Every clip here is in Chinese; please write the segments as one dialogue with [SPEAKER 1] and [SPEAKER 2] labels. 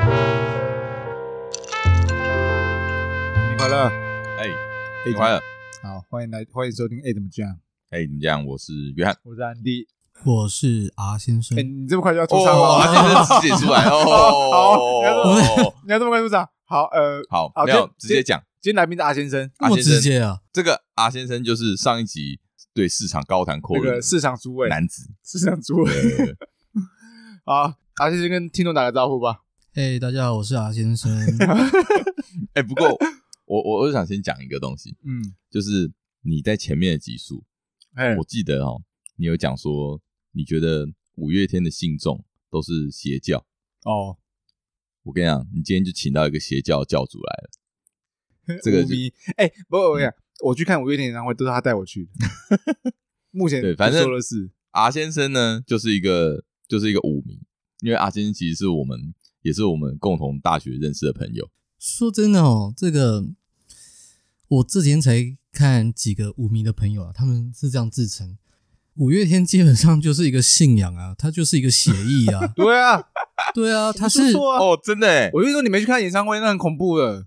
[SPEAKER 1] 你
[SPEAKER 2] 哎你
[SPEAKER 1] 快
[SPEAKER 2] 快
[SPEAKER 1] 乐
[SPEAKER 2] 乐！
[SPEAKER 1] 好，欢迎来，欢迎收听。哎、怎么讲？
[SPEAKER 2] 哎，你这样，我是约翰。
[SPEAKER 1] 我是安迪。
[SPEAKER 3] 我是 R 先生
[SPEAKER 1] 哎、，你这么快就要出场
[SPEAKER 2] 哦，
[SPEAKER 1] 了？
[SPEAKER 2] 他今天自己出来哦。哦
[SPEAKER 1] 你要这么快出场？好，呃，
[SPEAKER 2] 好，
[SPEAKER 1] 好
[SPEAKER 2] 没有
[SPEAKER 1] 今
[SPEAKER 2] 直接讲。
[SPEAKER 1] 今天来宾是阿先生，
[SPEAKER 3] 那
[SPEAKER 2] 阿
[SPEAKER 3] 么
[SPEAKER 2] 先
[SPEAKER 3] 直
[SPEAKER 2] 生，
[SPEAKER 3] 接啊？
[SPEAKER 2] 这个阿先生就是上一集对市场高谈阔
[SPEAKER 1] 那
[SPEAKER 2] 论
[SPEAKER 1] 个市场主
[SPEAKER 2] 的
[SPEAKER 1] 委，
[SPEAKER 2] 男子。
[SPEAKER 1] 市场主委。
[SPEAKER 2] 对
[SPEAKER 1] 好，阿先生跟听众打个招呼吧。
[SPEAKER 3] 嘿，哎大家好，我是 R 先生。
[SPEAKER 2] 哎，不过我我我想先讲一个东西，
[SPEAKER 1] 嗯，
[SPEAKER 2] 就是你在前面的集数，
[SPEAKER 1] 哎
[SPEAKER 2] 我记得哦，你有讲说你觉得五月天的信众都是邪教。
[SPEAKER 1] 哦，
[SPEAKER 2] 我跟你讲，你今天就请到一个邪教的教主来了。这 个
[SPEAKER 1] 五迷，哎、不过我跟你讲，我去看五月天演唱会都是他带我 去的。目前
[SPEAKER 2] 对反正
[SPEAKER 1] 说的是，。
[SPEAKER 2] R 先生呢，就是一个就是一个舞迷，因为 R 先生其实是我们也是我们共同大学认识的朋友。
[SPEAKER 3] 说真的哦，这个我之前才看几个舞迷的朋友啊，他们是这样自称：五月天基本上就是一个信仰啊，它就是一个协议啊
[SPEAKER 1] 对啊，
[SPEAKER 3] 对啊，它
[SPEAKER 1] 你
[SPEAKER 3] 是
[SPEAKER 1] 说错啊。
[SPEAKER 2] 哦，真的哎，
[SPEAKER 1] 我就说你没去看演唱会，那很恐怖的。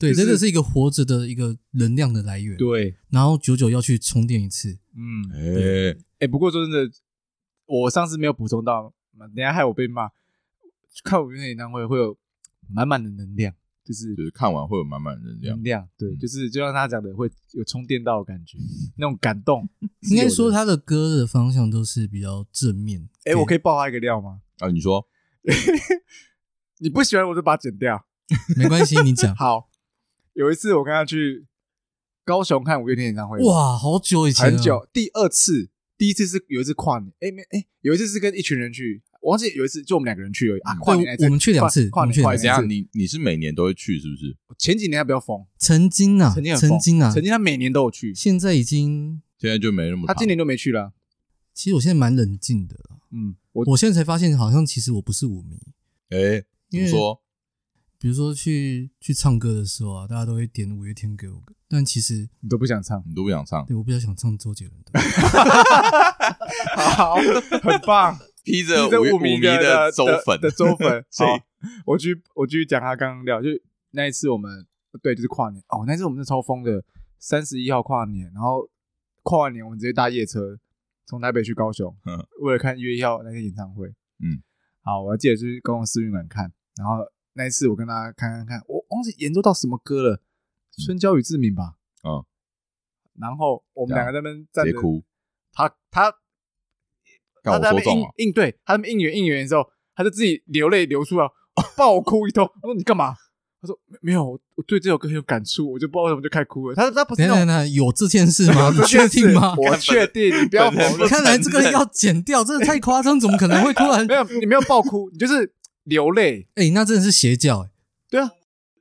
[SPEAKER 3] 对，
[SPEAKER 1] 就是
[SPEAKER 3] 真的是一个活着的一个能量的来源。
[SPEAKER 1] 对，
[SPEAKER 3] 然后久久要去充电一次。
[SPEAKER 1] 嗯，
[SPEAKER 2] 哎，
[SPEAKER 1] 哎、不过说真的，我上次没有补充到，等一下害我被骂。看五月天演唱会会有满满的能量，就是
[SPEAKER 2] 就是看完会有满满的能量
[SPEAKER 1] 能。量，对，
[SPEAKER 2] 嗯
[SPEAKER 1] 就是就像他讲的，会有充电到的感觉，那种感 动。
[SPEAKER 3] 应该说
[SPEAKER 1] 他，
[SPEAKER 3] 他的歌的方向都是比较正面。
[SPEAKER 1] 哎、我可
[SPEAKER 3] 以
[SPEAKER 1] 以爆他一个料吗？
[SPEAKER 2] 啊，你说
[SPEAKER 1] 你不喜欢我就把它剪掉。。
[SPEAKER 3] 没关系，你 讲
[SPEAKER 1] 好，有一次我跟他去高雄看五月天演唱会，，
[SPEAKER 3] 哇，啊好久以前、
[SPEAKER 1] 很。久。第二次，第一次是有一次跨年，哎、没哎、有一次是跟一群人去，我忘记有一次就我们两个人去而已啊。跨年
[SPEAKER 3] 对
[SPEAKER 1] 那次
[SPEAKER 3] 我们去两次
[SPEAKER 1] 跨跨
[SPEAKER 3] 我们去
[SPEAKER 1] 年
[SPEAKER 3] 两
[SPEAKER 1] 跨
[SPEAKER 3] 次
[SPEAKER 2] 怎
[SPEAKER 1] 年那
[SPEAKER 2] 样？
[SPEAKER 1] 次，
[SPEAKER 2] 你你是每年都会去是不是？
[SPEAKER 1] 前几年还比较疯，
[SPEAKER 3] 曾经啊，
[SPEAKER 1] 曾经很疯
[SPEAKER 3] 曾经啊，
[SPEAKER 1] 曾经他每年都有去，
[SPEAKER 3] 现在已经，
[SPEAKER 2] 现在就没那么
[SPEAKER 1] 他
[SPEAKER 2] 长。
[SPEAKER 1] 今年都没去了。
[SPEAKER 3] 其实我现在蛮冷静的啦。
[SPEAKER 1] 嗯，我
[SPEAKER 3] 我现在才发现，好像其实我不是舞迷。
[SPEAKER 2] 哎，你
[SPEAKER 3] 因为
[SPEAKER 2] 说
[SPEAKER 3] 比如说去去唱歌的时候啊，大家都会点五月天给我，但其实
[SPEAKER 1] 你都不想唱，
[SPEAKER 2] 你都不想唱，
[SPEAKER 3] 对我比较想唱周杰伦的。
[SPEAKER 1] 好，很棒。
[SPEAKER 2] 披着
[SPEAKER 1] 这
[SPEAKER 2] 五月
[SPEAKER 1] 五
[SPEAKER 2] 舞
[SPEAKER 1] 迷
[SPEAKER 2] 迷的周粉
[SPEAKER 1] 的周粉
[SPEAKER 2] 。
[SPEAKER 1] 哦
[SPEAKER 2] 所以
[SPEAKER 1] 好，我继续我继续讲他刚刚聊，就那一次我们对就是跨年哦，那次我们是超疯的，三十一号跨年，然后跨完年我们直接搭夜车从台北去高雄
[SPEAKER 2] 嗯，
[SPEAKER 1] 为了看一月一号那天演唱会。
[SPEAKER 2] 嗯，
[SPEAKER 1] 好，我还记得就是跟我私运馆看，然后那一次我跟大家看看看，我忘记演奏到什么歌了，春娇与志明吧。
[SPEAKER 2] 嗯，
[SPEAKER 1] 然后我们两个在那边站
[SPEAKER 2] 别
[SPEAKER 1] 着，
[SPEAKER 2] 哭。
[SPEAKER 1] 他他他
[SPEAKER 2] 看我
[SPEAKER 1] 在那
[SPEAKER 2] 说
[SPEAKER 1] 边
[SPEAKER 2] 中
[SPEAKER 1] 应
[SPEAKER 2] 了，
[SPEAKER 1] 应对，他在那边应援应援的时候，他就自己流泪流出来， 爆哭一通。我说你干嘛？他说没没有，我我对这首歌很有感触，我就不知道为什么就开始哭了。他他不是
[SPEAKER 3] 等
[SPEAKER 1] 那
[SPEAKER 3] 一下等
[SPEAKER 1] 种
[SPEAKER 3] 一下，有这件事吗？
[SPEAKER 1] 有
[SPEAKER 3] 你
[SPEAKER 1] 这
[SPEAKER 3] 确
[SPEAKER 1] 件事
[SPEAKER 3] 定吗？
[SPEAKER 1] 我确定，你不 要否
[SPEAKER 2] 本人
[SPEAKER 1] 认
[SPEAKER 2] 不。
[SPEAKER 3] 看来这个
[SPEAKER 2] 承认
[SPEAKER 3] 要剪掉，真的太夸张，怎么可能会突 然
[SPEAKER 1] 没？有，你没有爆哭，你就是流泪。
[SPEAKER 3] 哎、那真的是邪教、欸。
[SPEAKER 1] 对啊，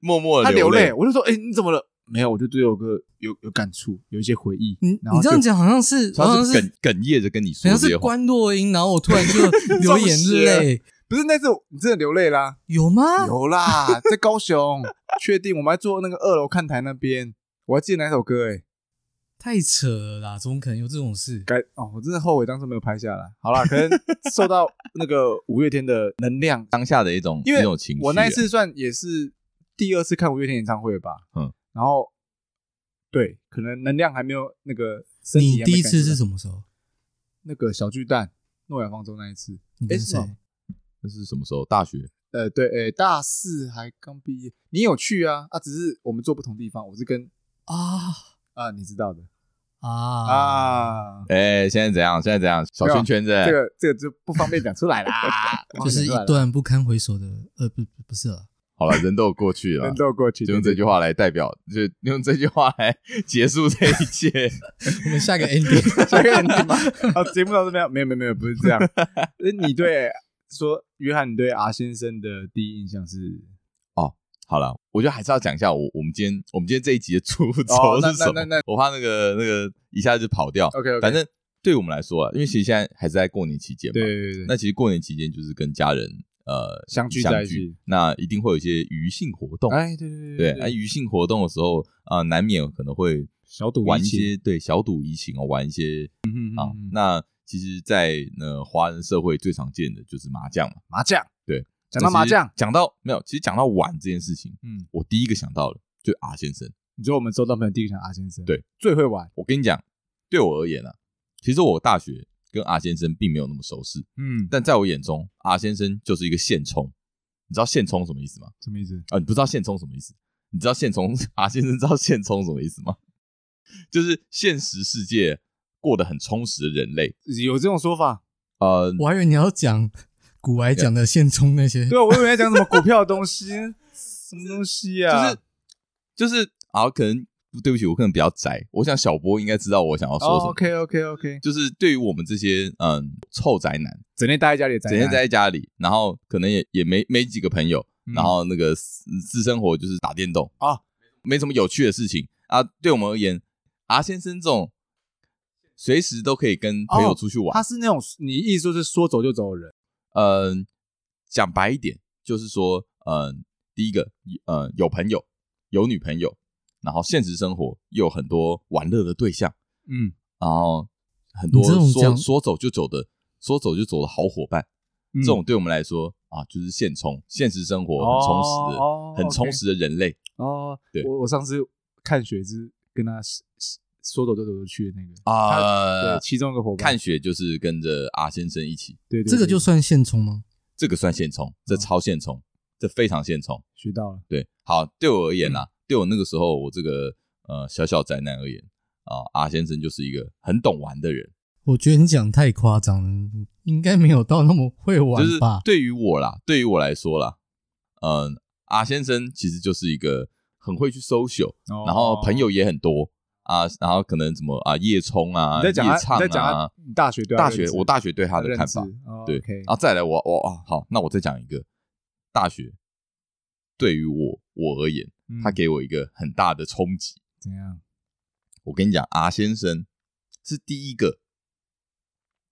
[SPEAKER 2] 默默
[SPEAKER 1] 他
[SPEAKER 2] 地
[SPEAKER 1] 流
[SPEAKER 2] 哦泪
[SPEAKER 1] 泪，。我就说，哎，你怎么了？没有，我就对这首歌有有感触，有一些回忆。
[SPEAKER 3] 你
[SPEAKER 1] 然后
[SPEAKER 3] 你这
[SPEAKER 1] 就
[SPEAKER 3] 样，讲好像是好
[SPEAKER 2] 他
[SPEAKER 3] 像
[SPEAKER 2] 是
[SPEAKER 3] 是
[SPEAKER 2] 哽哽咽着跟你
[SPEAKER 3] 好
[SPEAKER 2] 说
[SPEAKER 3] 像
[SPEAKER 2] 这些
[SPEAKER 3] 是
[SPEAKER 2] 话，
[SPEAKER 3] 关若英，然后我突然就流 眼泪，
[SPEAKER 1] 不是那次我你真的流泪啦？
[SPEAKER 3] 有吗？
[SPEAKER 1] 有啦，在高雄，确定我们还坐那个二楼看台那边，我还记得哪首歌哎、
[SPEAKER 3] 太扯了啦，怎么可能有这种事？
[SPEAKER 1] 该哦，我真的后悔当初没有拍下来。好啦，可能受到那个五月天 的能量，
[SPEAKER 2] 当下的一种
[SPEAKER 1] 因为
[SPEAKER 2] 一种
[SPEAKER 3] 啊
[SPEAKER 2] 情绪。啊
[SPEAKER 1] 我那一次算也是第二次看五月天演唱会吧。
[SPEAKER 2] 嗯，
[SPEAKER 1] 然后对，可能能量还没有那个身体
[SPEAKER 3] 你
[SPEAKER 1] 还没
[SPEAKER 3] 第一
[SPEAKER 1] 感
[SPEAKER 3] 次
[SPEAKER 1] 觉
[SPEAKER 3] 是
[SPEAKER 1] 到
[SPEAKER 3] 什么时候？
[SPEAKER 1] 那个小巨蛋诺亚方舟那一次。
[SPEAKER 3] 你跟
[SPEAKER 1] 诶是
[SPEAKER 3] 谁
[SPEAKER 1] 吗？
[SPEAKER 2] 那是什么时候？大学
[SPEAKER 1] 呃，对，呃，大四还刚毕业，你有去啊？啊，只是我们坐不同地方，我是跟
[SPEAKER 3] 啊
[SPEAKER 1] 啊，你知道的
[SPEAKER 3] 啊！
[SPEAKER 1] 啊，
[SPEAKER 2] 哎、现在怎样？现在怎样？小圈圈子、
[SPEAKER 1] 这个这个就不方便讲出来 啦，不方
[SPEAKER 3] 就
[SPEAKER 1] 便
[SPEAKER 3] 是
[SPEAKER 1] 讲出来
[SPEAKER 3] 一
[SPEAKER 1] 啦
[SPEAKER 3] 段不堪回首的，呃，不，不不是了。
[SPEAKER 2] 好了，人都有过去了
[SPEAKER 1] 人，都过去，
[SPEAKER 2] 就用这句话来代表，就用这句话来结束这一切。
[SPEAKER 3] 我们下一 个 ending，
[SPEAKER 1] 这个你吗？啊，节目到这边没有没有没有，不是这样。呃你对说约翰，你对 R 先生的第一印象是？
[SPEAKER 2] 好了，我觉得还是要讲一下我我们今天我们今天这一集的 主
[SPEAKER 1] 哦
[SPEAKER 2] 轴
[SPEAKER 1] 那
[SPEAKER 2] 是什么？
[SPEAKER 1] 那那
[SPEAKER 2] 我怕那个那个一下就跑掉。
[SPEAKER 1] OK，OK
[SPEAKER 2] 反正对我们来说啊，因为其实现在还是在过年期间嘛。
[SPEAKER 1] 对对对，
[SPEAKER 2] 那其实过年期间就是跟家人呃
[SPEAKER 1] 相聚在一起，
[SPEAKER 2] 那一定会有一些余兴活动。
[SPEAKER 1] 哎对对
[SPEAKER 2] 对，那
[SPEAKER 1] 对，
[SPEAKER 2] 余兴活动的时候啊、呃难免可能会
[SPEAKER 1] 小赌
[SPEAKER 2] 玩
[SPEAKER 1] 怡
[SPEAKER 2] 一
[SPEAKER 1] 情
[SPEAKER 2] 些对小赌怡情哦，玩一些
[SPEAKER 1] 嗯
[SPEAKER 2] 啊。
[SPEAKER 1] 嗯嗯
[SPEAKER 2] 那其实在，呃华人社会最常见的就是麻将嘛。
[SPEAKER 1] 麻将，
[SPEAKER 2] 对，
[SPEAKER 1] 讲到
[SPEAKER 2] 那
[SPEAKER 1] 麻
[SPEAKER 2] 其实
[SPEAKER 1] 将，
[SPEAKER 2] 讲到没有？其实讲到玩这件事情，
[SPEAKER 1] 嗯，
[SPEAKER 2] 我第一个想到的就 R 先生，
[SPEAKER 1] 你说我们收到朋友第一个想阿先生，
[SPEAKER 2] 对，
[SPEAKER 1] 最会玩，
[SPEAKER 2] 我跟你讲，对我而言啊，其实我大学跟阿先生并没有那么熟识，
[SPEAKER 1] 嗯，
[SPEAKER 2] 但在我眼中，阿先生就是一个现充。你知道现充什么意思吗？
[SPEAKER 1] 什么意思？
[SPEAKER 2] 啊，你不知道现充什么意思？你知道现充 阿先生知道现充什么意思吗？ 就是现实世界过得很充实的人类，
[SPEAKER 1] 有这种说法？
[SPEAKER 2] 呃，
[SPEAKER 3] 我还以为你要讲古玩讲的现充那些，
[SPEAKER 1] 对啊，我以为在讲什么股票的东西，什么东西啊？
[SPEAKER 2] 就是就是啊，可能对不起，我可能比较宅。我想小波应该知道我想要哦说什么。
[SPEAKER 1] 哦 OK OK OK，
[SPEAKER 2] 就是对于我们这些嗯臭宅男，
[SPEAKER 1] 整天待在家里的宅
[SPEAKER 2] 整
[SPEAKER 1] 男，
[SPEAKER 2] 天待在家里，然后可能也也没没几个朋友，
[SPEAKER 1] 嗯
[SPEAKER 2] 然后那个私私生活就是打电动
[SPEAKER 1] 啊，
[SPEAKER 2] 没什么有趣的事情啊。对我们而言，阿先生这种随时都可以跟朋友
[SPEAKER 1] 哦
[SPEAKER 2] 出去玩
[SPEAKER 1] 他，是那种你意思就是说走就走的人，
[SPEAKER 2] 嗯，讲白一点，就是说，嗯，第一个，呃，有朋友，有女朋友，然后现实生活又有很多玩乐的对象，
[SPEAKER 1] 嗯
[SPEAKER 2] 然后很多
[SPEAKER 3] 你这种
[SPEAKER 2] 说
[SPEAKER 3] 讲
[SPEAKER 2] 说走就走的，说走就走的好伙伴，
[SPEAKER 1] 嗯
[SPEAKER 2] 这种对我们来说啊，就是现充，现实生活很充实
[SPEAKER 1] 哦
[SPEAKER 2] 的，
[SPEAKER 1] 哦
[SPEAKER 2] 很充
[SPEAKER 1] OK
[SPEAKER 2] 实的人类。
[SPEAKER 1] 哦，
[SPEAKER 2] 对
[SPEAKER 1] 我我上次看雪之跟他是是说走就走就去的那个
[SPEAKER 2] 啊
[SPEAKER 1] 对，其中一个伙伴，
[SPEAKER 2] 看雪就是跟着阿先生一起，
[SPEAKER 1] 对对对
[SPEAKER 3] 这个就算现充吗？
[SPEAKER 2] 这个算现充，这
[SPEAKER 1] 哦
[SPEAKER 2] 超现充，这非常现充。
[SPEAKER 1] 学到了，
[SPEAKER 2] 对，好，对我而
[SPEAKER 1] 嗯
[SPEAKER 2] 言啦、对我那个时候我这个呃小小宅男而言啊、阿先生就是一个很懂玩的人，
[SPEAKER 3] 我觉得你讲太夸张了，应该没有到那么会
[SPEAKER 2] 就
[SPEAKER 3] 玩
[SPEAKER 2] 是
[SPEAKER 3] 吧？
[SPEAKER 2] 对于我啦，对于我来说啦，嗯、阿先生其实就是一个很会去 social，、
[SPEAKER 1] 哦
[SPEAKER 2] 然后朋友也很多啊，然后可能怎么啊夜冲
[SPEAKER 1] 哦
[SPEAKER 2] 啊、
[SPEAKER 1] 你在
[SPEAKER 2] 夜
[SPEAKER 1] 讲他
[SPEAKER 2] 唱
[SPEAKER 1] 你在讲
[SPEAKER 2] 啊
[SPEAKER 1] 他，你大学对他
[SPEAKER 2] 大
[SPEAKER 1] 的认
[SPEAKER 2] 学
[SPEAKER 1] 知
[SPEAKER 2] 我大学对他的
[SPEAKER 1] 认
[SPEAKER 2] 看法
[SPEAKER 1] 知，哦
[SPEAKER 2] 对，
[SPEAKER 1] ，OK
[SPEAKER 2] 然后再来我我啊好，那我再讲一个大学。对于我我而言，
[SPEAKER 1] 嗯
[SPEAKER 2] 他给我一个很大的冲击。
[SPEAKER 1] 怎 样？
[SPEAKER 2] 我跟你讲，阿先生是第一个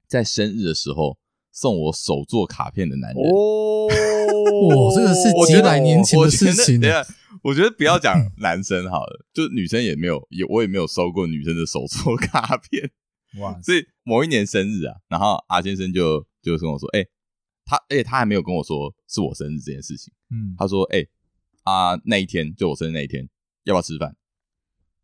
[SPEAKER 2] 在生日的时候送我手作卡片的男人。
[SPEAKER 1] 哦，
[SPEAKER 3] 哇这个是
[SPEAKER 2] 我觉
[SPEAKER 3] 几
[SPEAKER 2] 得
[SPEAKER 3] 百年前
[SPEAKER 2] 我
[SPEAKER 3] 的
[SPEAKER 2] 觉得
[SPEAKER 3] 事情
[SPEAKER 2] 等一
[SPEAKER 3] 了
[SPEAKER 2] 下，我觉得不要讲男生好了，就女生也没有，也我也没有收过女生的手作卡片。
[SPEAKER 1] 哇塞，
[SPEAKER 2] 所以某一年生日啊，然后阿先生就就跟我说：“哎、他哎、他还没有跟我说是我生日这件事情。
[SPEAKER 1] 嗯，
[SPEAKER 2] 他说：哎、啊那一天就我生日那一天，要不要吃饭？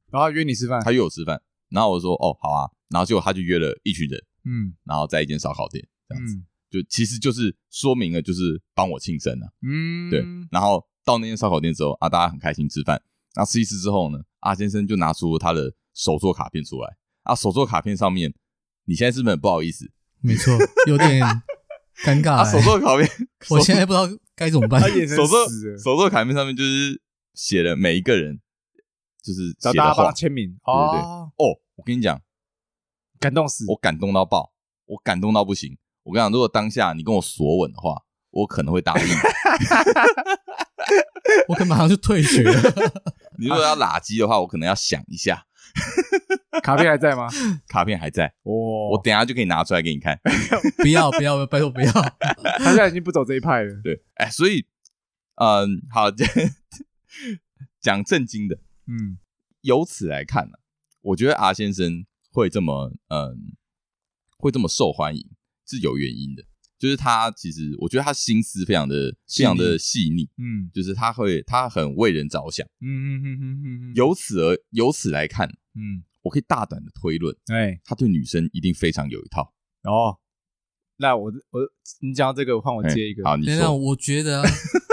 [SPEAKER 1] 然后约你吃饭，
[SPEAKER 2] 他约我吃饭，然后我说：哦，好啊。然后结果他就约了一群人。”
[SPEAKER 1] 嗯
[SPEAKER 2] 然后在一间烧烤店，这样子，
[SPEAKER 1] 嗯
[SPEAKER 2] 就其实就是说明了就是帮我庆生啊，
[SPEAKER 1] 嗯，
[SPEAKER 2] 对。然后到那间烧烤店之后啊，大家很开心吃饭，那吃一吃之后呢，阿先生就拿出他的手作卡片出来，啊，手作卡片上面，你现在是不是很不好意思？
[SPEAKER 3] 没错，有点尴尬、
[SPEAKER 1] 哎
[SPEAKER 2] 啊，手
[SPEAKER 3] 欸。
[SPEAKER 2] 作卡片，
[SPEAKER 3] 我现在不知道该怎么办
[SPEAKER 1] 他。眼神
[SPEAKER 2] 手作
[SPEAKER 1] 死了
[SPEAKER 2] 手作卡片上面就是写了每一个人，就是
[SPEAKER 1] 找
[SPEAKER 2] 写
[SPEAKER 1] 大
[SPEAKER 2] 的
[SPEAKER 1] 家帮
[SPEAKER 2] 话
[SPEAKER 1] 他，签名，
[SPEAKER 2] 对
[SPEAKER 1] 哦，
[SPEAKER 2] 哦，我跟你讲，
[SPEAKER 1] 感动死，
[SPEAKER 2] 我感动到爆，我感动到不行。我跟你讲，如果当下你跟我索吻的话，我可能会答应。
[SPEAKER 3] 我可能马上就退学了。
[SPEAKER 2] 你如果要拉机的话，我可能要想一下。
[SPEAKER 1] 卡片还在吗？
[SPEAKER 2] 卡片还在，
[SPEAKER 1] 哇，
[SPEAKER 2] 我等一下就可以拿出来给你看。
[SPEAKER 3] 不要不要，拜托不要。
[SPEAKER 1] 他现在已经不走这一派了，
[SPEAKER 2] 对，哎，所以，嗯，好， 这讲正经的，
[SPEAKER 1] 嗯
[SPEAKER 2] 由此来看呢、我觉得阿先生会这么，嗯，会这么受欢迎是有原因的，就是他其实，我觉得他心思非常的、非常的细腻，
[SPEAKER 1] 嗯
[SPEAKER 2] 就是他会，他很为人着想。
[SPEAKER 1] 嗯嗯嗯嗯嗯，
[SPEAKER 2] 由此而，由此来看，啊
[SPEAKER 1] 嗯，
[SPEAKER 2] 我可以大胆的推论，
[SPEAKER 1] 哎，
[SPEAKER 2] 他对女生一定非常有一套。
[SPEAKER 1] 哦，那我我你讲到这个，换我
[SPEAKER 2] 哎
[SPEAKER 1] 接一个，
[SPEAKER 2] 好，你
[SPEAKER 3] 等等，
[SPEAKER 2] 说。
[SPEAKER 3] 我觉得 啊、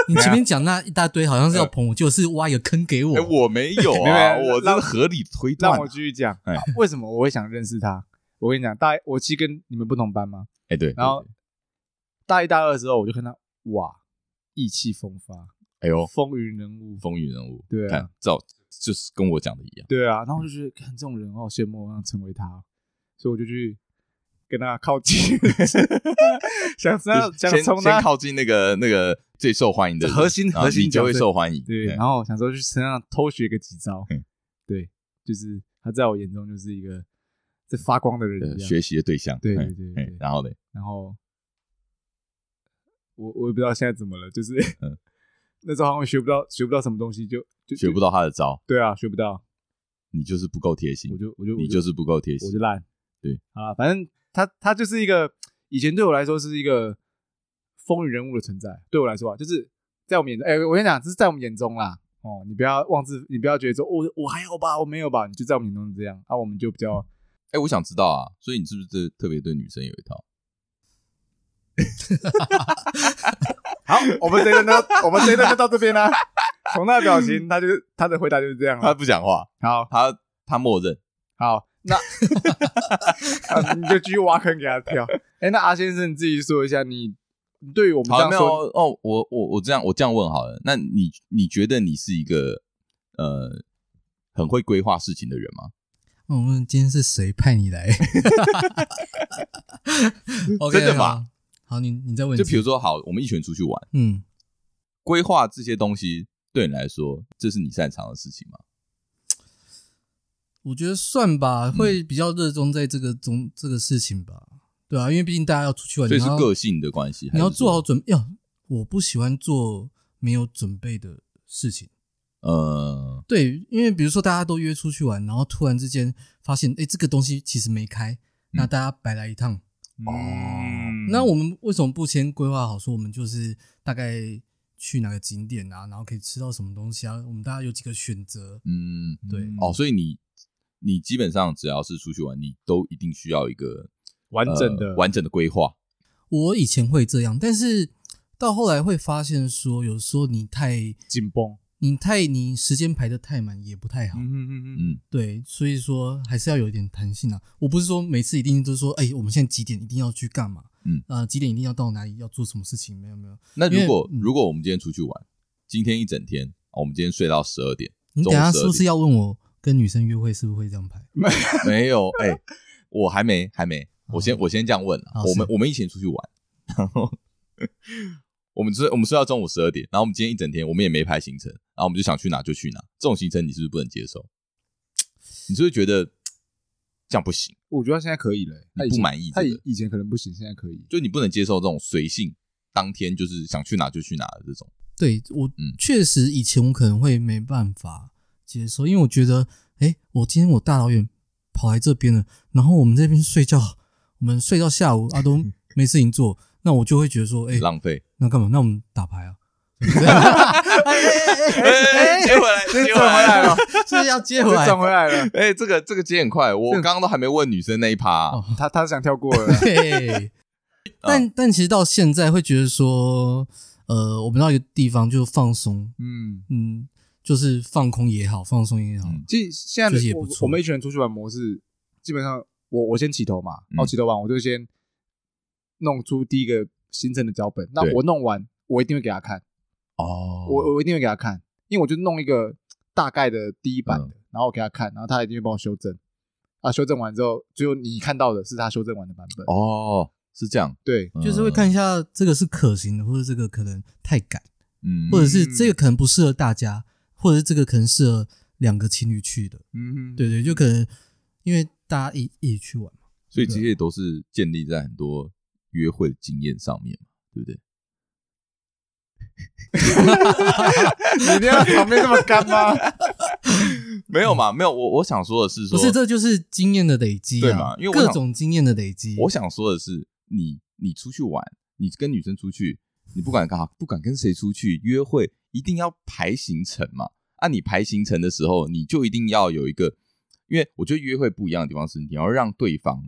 [SPEAKER 3] 你前面讲那一大堆好像是
[SPEAKER 1] 呃
[SPEAKER 3] 要捧我，就是挖一个坑给 我。
[SPEAKER 2] 哎、我没有
[SPEAKER 1] 没有
[SPEAKER 2] 啊，
[SPEAKER 1] 没有
[SPEAKER 2] 我这
[SPEAKER 1] 让
[SPEAKER 2] 是合理推断
[SPEAKER 1] 让
[SPEAKER 2] 啊。
[SPEAKER 1] 我继续讲
[SPEAKER 2] 哎，
[SPEAKER 1] 为什么我会想认识他？我跟你讲，大一我其实跟你们不同班嘛，
[SPEAKER 2] 哎、对，
[SPEAKER 1] 然后
[SPEAKER 2] 对
[SPEAKER 1] 大一大二的时候我就看他，哇，意气风发，
[SPEAKER 2] 哎呦，
[SPEAKER 1] 风云人物，
[SPEAKER 2] 风云人物，
[SPEAKER 1] 对啊
[SPEAKER 2] 看照就是跟我讲的一样，
[SPEAKER 1] 对啊，然后我就觉得，看这种人，好羡慕，我想成为他，所以我就去跟他靠近， 想知道
[SPEAKER 2] 就是
[SPEAKER 1] 想
[SPEAKER 2] 先
[SPEAKER 1] 从
[SPEAKER 2] 先
[SPEAKER 1] 他
[SPEAKER 2] 靠近那个那个最受欢迎的人
[SPEAKER 1] 核心
[SPEAKER 2] 然后
[SPEAKER 1] 核心
[SPEAKER 2] 你就
[SPEAKER 1] 角
[SPEAKER 2] 会
[SPEAKER 1] 色
[SPEAKER 2] 受欢迎。
[SPEAKER 1] 对，
[SPEAKER 2] 哎
[SPEAKER 1] 然后想说去身上偷学个几招
[SPEAKER 2] 嗯，
[SPEAKER 1] 对，就是他在我眼中就是一个在发光的人
[SPEAKER 2] 呃
[SPEAKER 1] 一样，
[SPEAKER 2] 学习的对象，
[SPEAKER 1] 对
[SPEAKER 2] 哎
[SPEAKER 1] 对对
[SPEAKER 2] 哎
[SPEAKER 1] 对
[SPEAKER 2] 然后呢，
[SPEAKER 1] 然后我我也不知道现在怎么了，就是
[SPEAKER 2] 嗯
[SPEAKER 1] 那时候好像学不到学不到什么东西，就就
[SPEAKER 2] 学不，到他的招，
[SPEAKER 1] 对啊，学不到，
[SPEAKER 2] 你就是不够贴心
[SPEAKER 1] 我，就我就
[SPEAKER 2] 你就是不够贴心
[SPEAKER 1] 我就。烂。
[SPEAKER 2] 对，
[SPEAKER 1] 好了，反正他他就是一个以前对我来说是一个风云人物的存在，对我来说啊，就是在我们眼中，哎、我跟你讲，这是在我们眼中啦，哦，你不要妄自，你不要觉得说哦我我还有吧，我没有吧，你就在我们眼中是这样啊，我们就比较
[SPEAKER 2] 哎、我想知道啊，所以你是不是对特别对女生有一
[SPEAKER 1] 嗯
[SPEAKER 2] 套？
[SPEAKER 1] 好。我们这一段呢，我们这一段就到这边啦。从他的表情，他就是他的回答就是这样
[SPEAKER 2] 他
[SPEAKER 1] 了。
[SPEAKER 2] 不讲话，
[SPEAKER 1] 好
[SPEAKER 2] 他他默认。
[SPEAKER 1] 好，那 啊你就继续挖坑给他跳。哎，那阿先生你自己说一下，你你对于我们这
[SPEAKER 2] 好，
[SPEAKER 1] 样
[SPEAKER 2] 没有
[SPEAKER 1] 说，
[SPEAKER 2] 哦，我我我这样我这样问好了。那你你觉得你是一个呃很会规划事情的人吗？
[SPEAKER 3] 我问今天是谁派 你来？OK，
[SPEAKER 2] 真的吗
[SPEAKER 3] 好？好，你你再问一次，
[SPEAKER 2] 就比如说，好，我们一群人出去玩，
[SPEAKER 3] 嗯，
[SPEAKER 2] 规划这些东西对你来说，这是你擅长的事情吗？
[SPEAKER 3] 我觉得算吧，会比较热衷在这个中这个事情吧，对啊，因为毕竟大家要出去玩，
[SPEAKER 2] 所以
[SPEAKER 3] 你
[SPEAKER 2] 是
[SPEAKER 3] 要
[SPEAKER 2] 个性的关系，还
[SPEAKER 3] 你要
[SPEAKER 2] 是
[SPEAKER 3] 做好
[SPEAKER 2] 说
[SPEAKER 3] 准备。呀我不喜欢做没有准备的事情。
[SPEAKER 2] 呃
[SPEAKER 3] 对，因为比如说大家都约出去玩，然后突然之间发现，哎，这个东西其实没开，那大家白来一趟。
[SPEAKER 1] 嗯
[SPEAKER 3] 那我们为什么不先规划好，说我们就是大概去哪个景点啊，然后可以吃到什么东西啊？我们大家有几个选择？
[SPEAKER 2] 嗯
[SPEAKER 3] 对
[SPEAKER 1] 嗯
[SPEAKER 2] 哦，所以你你基本上只要是出去玩，你都一定需要一个
[SPEAKER 1] 完整的
[SPEAKER 2] 呃完整的规划。
[SPEAKER 3] 我以前会这样，但是到后来会发现说，有时候你太
[SPEAKER 1] 紧绷，
[SPEAKER 3] 你太你时间排的太满也不太好，
[SPEAKER 1] 嗯嗯嗯嗯，
[SPEAKER 2] 嗯，
[SPEAKER 3] 对，所以说还是要有一点弹性啊。我不是说每次一定都说，哎、我们现在几点一定要去干嘛？
[SPEAKER 2] 嗯，
[SPEAKER 3] 呃，几点一定要到哪里，要做什么事情？没有没有，
[SPEAKER 2] 那
[SPEAKER 3] 因
[SPEAKER 2] 如
[SPEAKER 3] 为
[SPEAKER 2] 果
[SPEAKER 3] 嗯
[SPEAKER 2] 如果我们今天出去玩，今天一整天，哦我们今天睡到十二点，
[SPEAKER 3] 你
[SPEAKER 2] 中午
[SPEAKER 3] 等一下
[SPEAKER 2] 12
[SPEAKER 3] 是不是
[SPEAKER 2] 点
[SPEAKER 3] 要问我跟女生约会是不是会这样排？
[SPEAKER 2] 没有？哎、我还没还没，我先
[SPEAKER 3] 哦
[SPEAKER 2] 我先这样问啊
[SPEAKER 3] 哦
[SPEAKER 2] 我们
[SPEAKER 3] 是
[SPEAKER 2] 我们一起出去玩，然后我们睡我们睡到中午十二点，然后我们今天一整天我们也没排行程，然后我们就想去哪就去哪，这种行程你是不是不能接受？你是不是觉得这样不行？
[SPEAKER 1] 我觉得他现在可以了，他以前
[SPEAKER 2] 不满意
[SPEAKER 1] 他
[SPEAKER 2] 这
[SPEAKER 1] 以
[SPEAKER 2] 个
[SPEAKER 1] 以前可能不行，现在可 以。
[SPEAKER 2] 就你不能接受这种随性，当天就是想去哪就去哪的这种。
[SPEAKER 3] 对我
[SPEAKER 2] 嗯
[SPEAKER 3] 确实以前我可能会没办法接受，因为我觉得，哎，我今天我大老远跑来这边了，然后我们这边睡觉，我们睡到下午 啊都没事情做，那我就会觉得说，哎，
[SPEAKER 2] 浪费，
[SPEAKER 3] 那干嘛？那我们打 牌啊？
[SPEAKER 2] 哎，接回来，接
[SPEAKER 1] 转
[SPEAKER 2] 回
[SPEAKER 1] 回来
[SPEAKER 2] 来
[SPEAKER 1] 了
[SPEAKER 2] 了，
[SPEAKER 3] 这要接回
[SPEAKER 1] 我
[SPEAKER 3] 来
[SPEAKER 1] 转回来了，
[SPEAKER 2] 哎、这个这个接很快，我刚刚都还没问女生那一趴、啊
[SPEAKER 3] 哦
[SPEAKER 1] 他他想跳过了。
[SPEAKER 3] 对，但
[SPEAKER 2] 哦
[SPEAKER 3] 但其实到现在会觉得说，呃，我们到一个地方就放松，
[SPEAKER 1] 嗯，
[SPEAKER 3] 嗯，就是放空也好，放松也好，
[SPEAKER 2] 嗯
[SPEAKER 1] 其实现在
[SPEAKER 3] 其实也
[SPEAKER 1] 我
[SPEAKER 3] 不错
[SPEAKER 1] 我们一群人出去玩模式，基本上我我先起头嘛，
[SPEAKER 2] 嗯
[SPEAKER 1] 我起头完我就先弄出第一个行程的脚本。那
[SPEAKER 2] 对
[SPEAKER 1] 我弄完，我一定会给他看，
[SPEAKER 2] 哦
[SPEAKER 1] 我我一定会给他看，因为我就弄一个大概的第一版的
[SPEAKER 2] 嗯，
[SPEAKER 1] 然后我给他看，然后他一定会帮我修正。啊，修正完之后，最后你看到的是他修正完的版本。
[SPEAKER 2] 哦是这样，
[SPEAKER 1] 对，
[SPEAKER 3] 就是会看一下这个是可行的，或者这个可能太赶，
[SPEAKER 2] 嗯，嗯
[SPEAKER 3] 或者是这个可能不适合大家，或者是这个可能适合两个情侣去的，
[SPEAKER 1] 嗯，
[SPEAKER 3] 对对，就可能因为大家一一起去玩嘛，
[SPEAKER 2] 所以这些都是建立在很多约会的经验上面嘛，对不对？
[SPEAKER 1] 你一定要旁边这么干吗？
[SPEAKER 2] 没有嘛，没有，我我想说的是
[SPEAKER 3] 嗯不
[SPEAKER 2] 说，
[SPEAKER 3] 是，这就是经验的累积、啊，
[SPEAKER 2] 对嘛因为我
[SPEAKER 3] 各
[SPEAKER 2] 想
[SPEAKER 3] 种经验的累积，
[SPEAKER 2] 我想说的是，你你出去玩，你跟女生出去，你不管干嘛，不管跟谁出去约会，一定要排行程嘛。啊，你排行程的时候，你就一定要有一个，因为我觉得约会不一样的地方是，你要让对方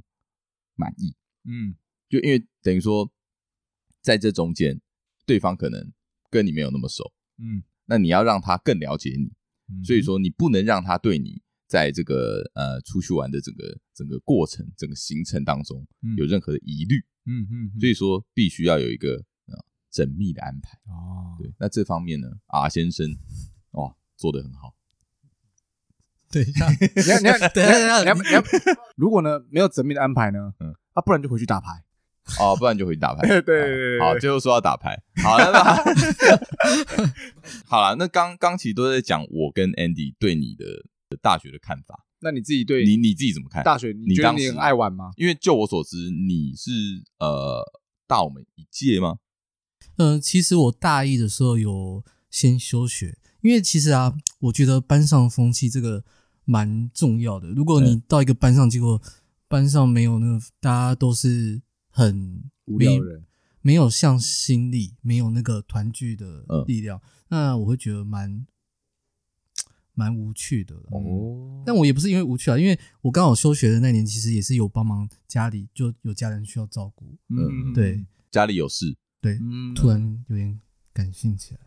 [SPEAKER 2] 满意。
[SPEAKER 1] 嗯，
[SPEAKER 2] 就因为等于说，在这中间，对方可能跟你没有那么熟，
[SPEAKER 1] 嗯，
[SPEAKER 2] 那你要让他更了解你，所以说你不能让他对你在这个呃出去玩的整个整个过程、整个行程当中
[SPEAKER 1] 嗯
[SPEAKER 2] 有任何的疑虑，
[SPEAKER 1] 嗯嗯，
[SPEAKER 2] 所以说必须要有一个呃缜密的安排。
[SPEAKER 1] 哦，
[SPEAKER 2] 对，那这方面呢，R 先生哇做的很好，
[SPEAKER 3] 对，
[SPEAKER 1] 你要你 要
[SPEAKER 3] 等一下
[SPEAKER 1] 你要你要，你要如果呢没有缜密的安排呢，嗯
[SPEAKER 2] 嗯，
[SPEAKER 1] 啊，不然就回去打牌。
[SPEAKER 2] 哦，不然就回去打牌。 啊
[SPEAKER 1] 对对对对
[SPEAKER 2] 好，最后说到打牌，好，那 那好了，那刚刚其实都在讲我跟 Andy 对你的大学的看法，
[SPEAKER 1] 那你自己对
[SPEAKER 2] 你你自己怎么看？
[SPEAKER 1] 大学，你觉得
[SPEAKER 2] 当
[SPEAKER 1] 你
[SPEAKER 2] 时
[SPEAKER 1] 很爱玩吗？
[SPEAKER 2] 因为就我所知，你是呃大我们一届吗？
[SPEAKER 3] 嗯，其实我大一的时候有先休学，因为其实啊，我觉得班上风气这个蛮重要的。如果你到一个班上，结果班上没有那个，大家都是很
[SPEAKER 1] 无聊
[SPEAKER 3] 没
[SPEAKER 1] 的人，
[SPEAKER 3] 没有
[SPEAKER 1] 嗯
[SPEAKER 3] 向心力，没有那个团聚的力量，那我会觉得蛮蛮无趣的啦。
[SPEAKER 2] 哦，
[SPEAKER 3] 但我也不是因为无趣啊，因为我刚好休学的那年，其实也是有帮忙家里，就有家人需要照顾。
[SPEAKER 1] 嗯，
[SPEAKER 3] 对，
[SPEAKER 2] 家里有事，
[SPEAKER 3] 对，
[SPEAKER 1] 嗯，
[SPEAKER 3] 突然有点感性起来。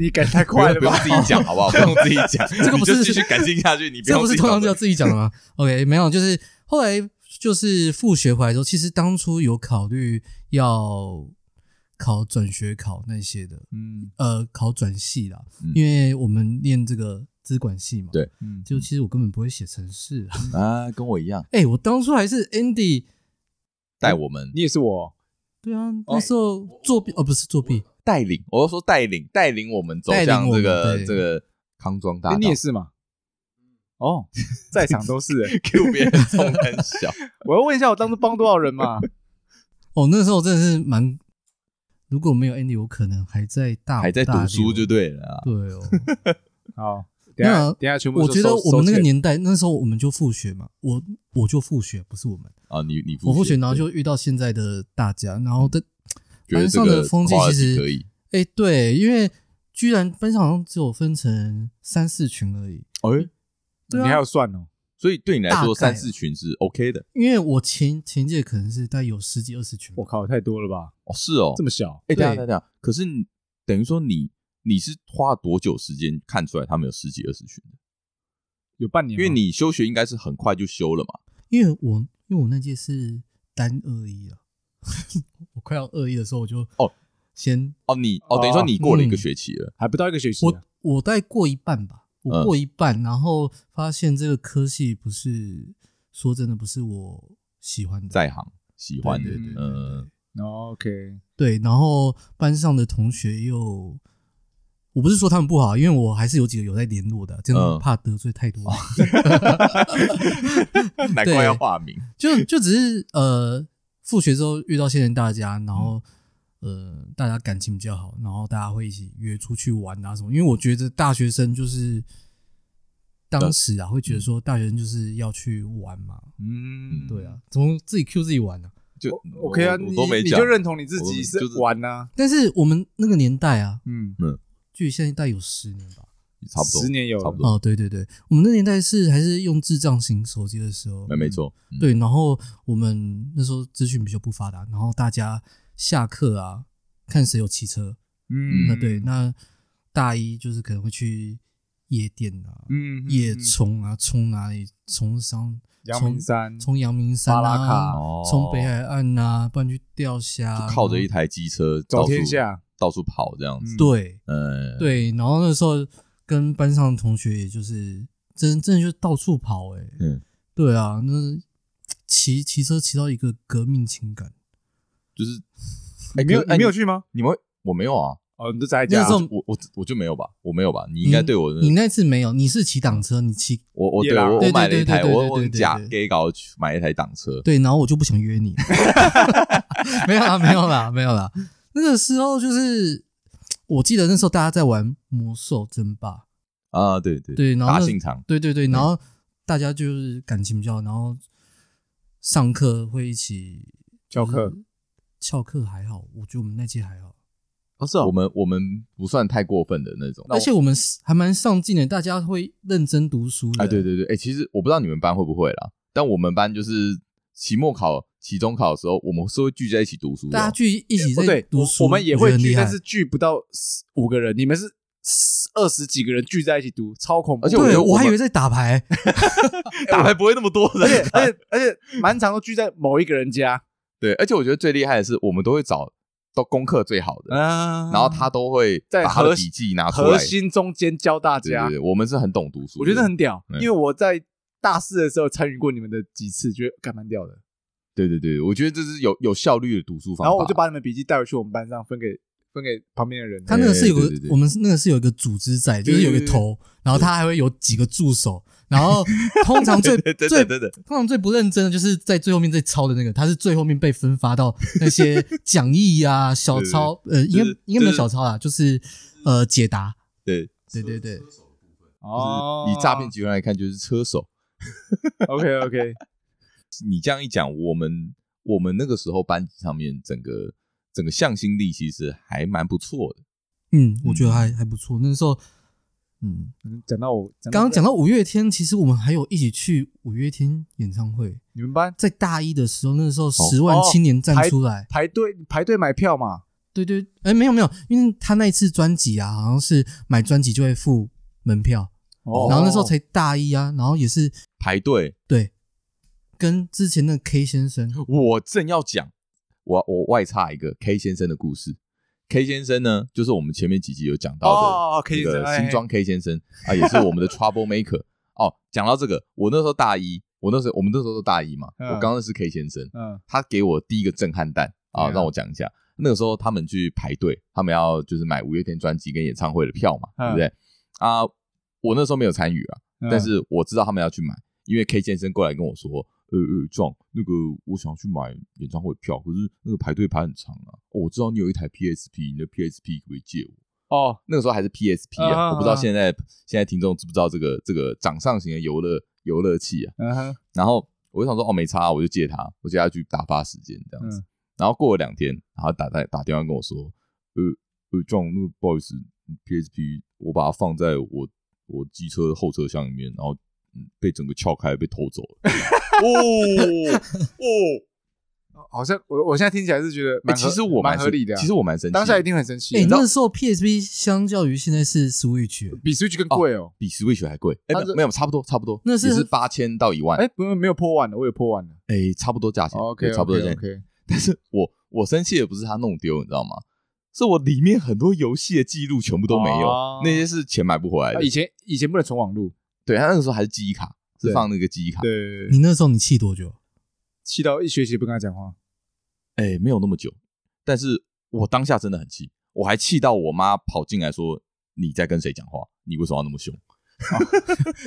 [SPEAKER 1] 你改太
[SPEAKER 2] 不
[SPEAKER 1] 快
[SPEAKER 2] 用
[SPEAKER 1] 了
[SPEAKER 2] 不用
[SPEAKER 1] 吧？
[SPEAKER 2] 自己讲好不 好？不用自己讲，
[SPEAKER 3] 这个不是
[SPEAKER 2] 你就继续感性下去，你
[SPEAKER 3] 这
[SPEAKER 2] 用
[SPEAKER 3] 不是
[SPEAKER 2] 自己
[SPEAKER 3] 通
[SPEAKER 2] 搞
[SPEAKER 3] 常
[SPEAKER 2] 的
[SPEAKER 3] 就要自己讲的吗 ？OK，没有，就是后来就是复学回来之后，其实当初有考虑要考转学考那些的，
[SPEAKER 1] 嗯
[SPEAKER 3] 呃，考转系啦，
[SPEAKER 2] 嗯
[SPEAKER 3] 因为我们念这个资管系嘛，
[SPEAKER 2] 对
[SPEAKER 1] 嗯，
[SPEAKER 3] 就其实我根本不会写程式啊。
[SPEAKER 2] 啊，跟我一样，
[SPEAKER 3] 哎、我当初还是 Andy，
[SPEAKER 2] 带我们
[SPEAKER 1] 你也是我，
[SPEAKER 3] 对啊，那时候作弊哦，不是作弊，
[SPEAKER 2] 带领，我要说带领带领我们走
[SPEAKER 3] 带领
[SPEAKER 2] 向
[SPEAKER 3] 我
[SPEAKER 2] 这
[SPEAKER 3] 们
[SPEAKER 2] 个
[SPEAKER 3] 对
[SPEAKER 2] 这个康庄大
[SPEAKER 1] 哎
[SPEAKER 2] 道
[SPEAKER 1] 你也是嘛？哦，在场都 是欸。
[SPEAKER 2] ，Q 别人中很 小，
[SPEAKER 1] 我要问一下，我当初帮多少人嘛？
[SPEAKER 3] 哦，那时候真的是蛮，如果没有 Andy，我可能还在大五
[SPEAKER 2] 还在
[SPEAKER 3] 大
[SPEAKER 2] 读书
[SPEAKER 3] 六
[SPEAKER 2] 就对了啊。
[SPEAKER 3] 对
[SPEAKER 1] 好，
[SPEAKER 3] 哦。
[SPEAKER 1] 等一
[SPEAKER 3] 没有
[SPEAKER 1] 下
[SPEAKER 3] 啊
[SPEAKER 1] 等一下全部
[SPEAKER 3] 我
[SPEAKER 1] 收
[SPEAKER 3] 觉得我们
[SPEAKER 1] 收
[SPEAKER 3] 那个，
[SPEAKER 1] 钱
[SPEAKER 3] 年代，那时候我们就复学嘛，我我就复学，不是我们，
[SPEAKER 2] 啊，你你
[SPEAKER 3] 我复学，
[SPEAKER 2] 学，
[SPEAKER 3] 然后就遇到现在的大家，然后的
[SPEAKER 2] 觉得这
[SPEAKER 3] 班上
[SPEAKER 2] 个
[SPEAKER 3] 的风气
[SPEAKER 2] quality
[SPEAKER 3] 其实
[SPEAKER 2] 可以，
[SPEAKER 3] 哎、对，因为居然班上好像只有分成三四群而已，
[SPEAKER 2] 哎，
[SPEAKER 3] 对
[SPEAKER 1] 你还
[SPEAKER 3] 啊
[SPEAKER 1] 有，算哦，
[SPEAKER 2] 所以对你来
[SPEAKER 3] 大
[SPEAKER 2] 说
[SPEAKER 3] 概啊
[SPEAKER 2] 三四群是 OK 的
[SPEAKER 3] 因为我前前届可能是大概有十几二十群吧，
[SPEAKER 1] 我靠，太多了吧？
[SPEAKER 2] 哦，是哦
[SPEAKER 1] 这，么小，
[SPEAKER 2] 哎，等一下等
[SPEAKER 3] 对
[SPEAKER 2] 一下，可是你等于说你你是花了多久时间看出来他们有十几二十群的？
[SPEAKER 1] 有半年
[SPEAKER 2] 因
[SPEAKER 1] 吗，
[SPEAKER 2] 为你休学应该是很快就休了嘛，
[SPEAKER 3] 因为我因为我那届是单二一啊， 我快要二一的时候我就
[SPEAKER 2] 哦
[SPEAKER 3] 先
[SPEAKER 2] 哦，你哦，等于说你过了一个
[SPEAKER 3] 嗯
[SPEAKER 2] 学期了，
[SPEAKER 1] 还不到一个学期啊，
[SPEAKER 3] 我我大概过一半吧，
[SPEAKER 2] 嗯
[SPEAKER 3] 我过一半，然后发现这个科系不是说真的不是我喜欢的，
[SPEAKER 2] 在行喜欢的
[SPEAKER 3] 对，
[SPEAKER 1] 对对
[SPEAKER 2] 嗯，
[SPEAKER 1] 哦 OK，
[SPEAKER 3] 对，然后班上的同学又，我不是说他们不好，因为我还是有几个有在联络的，啊真的
[SPEAKER 2] 嗯
[SPEAKER 3] 怕得罪太多，
[SPEAKER 2] 难怪要化名。
[SPEAKER 3] 就就只是呃复学之后遇到现在的大家，然后。呃，大家感情比较好，然后大家会一起约出去玩啊什么。因为我觉得大学生就是当时啊，会觉得说大学生就是要去玩嘛，
[SPEAKER 1] 嗯，
[SPEAKER 3] 对啊，怎么自己 Q 自己玩呢、
[SPEAKER 2] 就
[SPEAKER 1] 我，OK 啊，
[SPEAKER 2] 我
[SPEAKER 1] 你
[SPEAKER 2] 我都没
[SPEAKER 1] 你
[SPEAKER 2] 讲，
[SPEAKER 1] 就认同你自
[SPEAKER 2] 我都
[SPEAKER 1] 己
[SPEAKER 2] 没
[SPEAKER 1] 是
[SPEAKER 2] 就是
[SPEAKER 1] 玩啊呐，
[SPEAKER 3] 但是我们那个年代啊，
[SPEAKER 1] 嗯，
[SPEAKER 3] 距离现在大概有十年吧。
[SPEAKER 2] 差不多
[SPEAKER 1] 十年有了
[SPEAKER 2] 差不多，
[SPEAKER 3] 哦，对对对，我们那年代是还是用智障型手机的时候，
[SPEAKER 2] 没没错，嗯，
[SPEAKER 3] 对。然后我们那时候资讯比较不发达，然后大家下课啊，看谁有骑车。
[SPEAKER 1] 嗯，
[SPEAKER 3] 那对，那大一就是可能会去夜店啊，
[SPEAKER 1] 嗯，嗯
[SPEAKER 3] 夜
[SPEAKER 1] 嗯
[SPEAKER 3] 冲啊，冲哪里？冲上
[SPEAKER 1] 阳明山，
[SPEAKER 3] 冲阳明山
[SPEAKER 1] 巴拉
[SPEAKER 3] 啊
[SPEAKER 1] 卡，
[SPEAKER 2] 哦
[SPEAKER 3] 冲北海岸啊，不然去钓虾啊，
[SPEAKER 2] 就靠着一台机车
[SPEAKER 1] 走
[SPEAKER 2] 到处
[SPEAKER 1] 天下
[SPEAKER 2] 到处跑这样子
[SPEAKER 1] 嗯，
[SPEAKER 3] 对。
[SPEAKER 2] 嗯，
[SPEAKER 3] 对，然后那时候跟班上的同学，也就是真真的就到处跑、欸，哎，
[SPEAKER 2] 嗯，
[SPEAKER 3] 对啊，那是骑骑车骑到一个革命情感，
[SPEAKER 2] 就是
[SPEAKER 1] 你没有
[SPEAKER 2] 可是哎
[SPEAKER 1] 你没有
[SPEAKER 2] 你
[SPEAKER 1] 去吗？
[SPEAKER 2] 你们我没有啊，
[SPEAKER 1] 哦，你都宅在家
[SPEAKER 3] 那时候
[SPEAKER 2] 我我我就没有吧，我没有吧，你应该对我的
[SPEAKER 3] 你那次没有，你是骑挡车，你骑
[SPEAKER 2] 我我
[SPEAKER 1] 夜
[SPEAKER 2] 对
[SPEAKER 1] 郎
[SPEAKER 2] 我
[SPEAKER 3] 对
[SPEAKER 2] 我买了
[SPEAKER 3] 对
[SPEAKER 2] 一台，
[SPEAKER 3] 对对
[SPEAKER 2] 我
[SPEAKER 3] 对
[SPEAKER 2] 我
[SPEAKER 3] 对对
[SPEAKER 2] 假
[SPEAKER 3] 对
[SPEAKER 2] gay 搞去买一台挡车，
[SPEAKER 3] 对，然后我就不想约你， 没有啦，没有啦，没有啦，那个时候就是。我记得那时候大家在玩魔兽争霸，
[SPEAKER 2] 啊，对对
[SPEAKER 3] 对然后
[SPEAKER 2] 打
[SPEAKER 3] 那
[SPEAKER 2] 信场，
[SPEAKER 3] 对对对，然后大家就是感情比较好，然后上课会一起
[SPEAKER 1] 翘课，
[SPEAKER 3] 翘课还好，我觉得我们那届还好，
[SPEAKER 1] 哦是
[SPEAKER 2] 我，们我们不算太过分的那种，
[SPEAKER 3] 而且我们是还蛮上进的，大家会认真读书的。
[SPEAKER 2] 哎，对对对，哎、其实我不知道你们班会不会啦，但我们班就是期末考、期中考的时候，我们是会聚在一起读书的
[SPEAKER 3] 大
[SPEAKER 1] 啊
[SPEAKER 2] 哦、
[SPEAKER 3] 家聚一起
[SPEAKER 1] 不
[SPEAKER 3] 在
[SPEAKER 1] 对，
[SPEAKER 3] 读
[SPEAKER 1] 我
[SPEAKER 3] 书，
[SPEAKER 1] 我们也
[SPEAKER 3] 我觉
[SPEAKER 1] 会
[SPEAKER 3] 得很
[SPEAKER 1] 聚，
[SPEAKER 3] 厉害
[SPEAKER 1] 但是聚不到十五个人，你们是二十几个人聚在一起读，超恐怖，
[SPEAKER 2] 而且我觉
[SPEAKER 3] 对
[SPEAKER 2] 得我
[SPEAKER 3] 我还以
[SPEAKER 2] 们
[SPEAKER 3] 为在打牌，
[SPEAKER 2] 打牌不会那么多的，
[SPEAKER 1] 而且而且而且满场都聚在某一个人家，
[SPEAKER 2] 对，而且我觉得最厉害的是，我们都会找到功课最好的，
[SPEAKER 1] 嗯
[SPEAKER 2] 然后他都会
[SPEAKER 1] 在
[SPEAKER 2] 把他的
[SPEAKER 1] 核
[SPEAKER 2] 笔记拿出来
[SPEAKER 1] 核。心中间教大
[SPEAKER 2] 对
[SPEAKER 1] 家
[SPEAKER 2] 对，对，我们是很懂读书的，
[SPEAKER 1] 我觉得很屌，
[SPEAKER 2] 嗯
[SPEAKER 1] 因为我在大四的时候参与过你们的几次，觉得干蛮屌的。
[SPEAKER 2] 对对对，我觉得这是有有效率的读书方法。
[SPEAKER 1] 然后我就把你们笔记带回去我们班上，分给分给旁边的人。
[SPEAKER 3] 他那个是有
[SPEAKER 2] 对
[SPEAKER 3] 个
[SPEAKER 2] 对对对
[SPEAKER 3] 我们是那个是有一个组织在，就是有一
[SPEAKER 1] 对对
[SPEAKER 3] 个头，然后他还会有几个助手，然后 通常最
[SPEAKER 2] 对对
[SPEAKER 3] 最
[SPEAKER 2] 对对对，
[SPEAKER 3] 通常最不认真的就是在最后面最抄的那个，他是最后面被分发到那些讲义啊、小抄，呃，应
[SPEAKER 2] 就是
[SPEAKER 3] 该应该
[SPEAKER 2] 就
[SPEAKER 3] 没有
[SPEAKER 2] 是
[SPEAKER 3] 小抄啦，就是呃解答，
[SPEAKER 2] 对，就
[SPEAKER 3] 对对对，
[SPEAKER 1] 哦，
[SPEAKER 2] 是以诈骗集团来看，就是车手。
[SPEAKER 1] OK OK，
[SPEAKER 2] 你这样一讲，我们我们那个时候班级上面整个整个向心力其实还蛮不错的。
[SPEAKER 3] 嗯，我觉得还还不错。那时候嗯，
[SPEAKER 1] 嗯讲到我
[SPEAKER 3] 刚刚讲
[SPEAKER 1] 到
[SPEAKER 3] 到五月天，其实我们还有一起去五月天演唱会，
[SPEAKER 1] 你们班
[SPEAKER 3] 在大一的时候，那时候十
[SPEAKER 2] 哦
[SPEAKER 3] 万青年站出来，
[SPEAKER 1] 排队排队买票嘛，
[SPEAKER 3] 对对，哎，没有没有，因为他那一次专辑啊，好像是买专辑就会付门票，
[SPEAKER 1] 哦
[SPEAKER 3] 然后那时候才大一啊，然后也是
[SPEAKER 2] 排队。
[SPEAKER 3] 对，跟之前那个 K 先生，
[SPEAKER 2] 我正要讲，我我外插一个 K 先生的故事。K 先生呢，就是我们前面几集有讲到
[SPEAKER 1] 哦
[SPEAKER 2] 的
[SPEAKER 1] ，K 先
[SPEAKER 2] 那
[SPEAKER 1] 生
[SPEAKER 2] 个
[SPEAKER 1] 哎
[SPEAKER 2] 新装 K 先生啊，也是我们的 Trouble Maker。哦， 讲到这个，我那时候大一，我那时候我们那时候都大一嘛，
[SPEAKER 1] 嗯
[SPEAKER 2] 我刚认识 K 先生，
[SPEAKER 1] 嗯
[SPEAKER 2] 他给我第一个震撼弹啊，
[SPEAKER 1] 嗯
[SPEAKER 2] 让我讲一下。那个时候他们去排队，他们要就是买五月天专辑跟演唱会的票嘛，对
[SPEAKER 1] 嗯
[SPEAKER 2] 不对？啊，我那时候没有参与啊，
[SPEAKER 1] 嗯
[SPEAKER 2] 但是我知道他们要去买，因为 K 先生过来跟我说，呃呃，壮，那个我想去买演唱会票，可是那个排队排很长啊、哦我知道你有一台 PSP，你的 PSP 可不可以借我？
[SPEAKER 1] 哦
[SPEAKER 2] 那个时候还是 PSP
[SPEAKER 1] 啊啊
[SPEAKER 2] 啊，
[SPEAKER 1] 啊
[SPEAKER 2] 我不知道现在现在听众知不知道这个这个掌上型的游乐游乐器啊。
[SPEAKER 1] 嗯哼
[SPEAKER 2] 然后我就想说，哦，没差啊，我就借他，我借他去打发时间这样子。
[SPEAKER 1] 嗯
[SPEAKER 2] 然后过了两天，然后打打打电话跟我说，呃呃，壮，那个不好意思，PSP 我把它放在我我机车的后车厢里面，然后嗯被整个撬开，被偷走了。 哦哦，
[SPEAKER 1] 好像我我现在听起来是觉得
[SPEAKER 2] 哎
[SPEAKER 1] 蛮合
[SPEAKER 2] 其实我
[SPEAKER 1] 蛮
[SPEAKER 2] 生
[SPEAKER 1] 合理的啊，
[SPEAKER 2] 其实我蛮生气的，
[SPEAKER 1] 当下一定很生气
[SPEAKER 3] 哎、
[SPEAKER 1] 啊，
[SPEAKER 3] 那时候 PSP 相较于现在是 Switch，
[SPEAKER 1] 比 Switch 更贵哦，
[SPEAKER 2] 比 Switch 还贵。哎，
[SPEAKER 1] 它
[SPEAKER 2] 没
[SPEAKER 1] 是
[SPEAKER 2] 有没有，差不多差不多，
[SPEAKER 3] 那是
[SPEAKER 2] 也是八千到一万，
[SPEAKER 1] 哎，不没有破万的，我有破万的
[SPEAKER 2] 哎，差不多价钱
[SPEAKER 1] ，OK
[SPEAKER 2] 对差不多价钱。
[SPEAKER 1] OK，
[SPEAKER 2] 但是我我生气的不是他弄丢，你知道吗？是我里面很多游戏的记录全部都没有，
[SPEAKER 1] 哦啊
[SPEAKER 2] 那些是钱买不回来的。
[SPEAKER 1] 以前以前不能存网路，
[SPEAKER 2] 对他那个时候还是记忆卡，是
[SPEAKER 1] 对
[SPEAKER 2] 放那个记忆卡。
[SPEAKER 1] 对，
[SPEAKER 3] 你那时候你气多久？啊
[SPEAKER 1] 气到一学期不跟他讲话，
[SPEAKER 2] 哎，没有那么久，但是我当下真的很气，我还气到我妈跑进来说：“你在跟谁讲话？你为什么要那么凶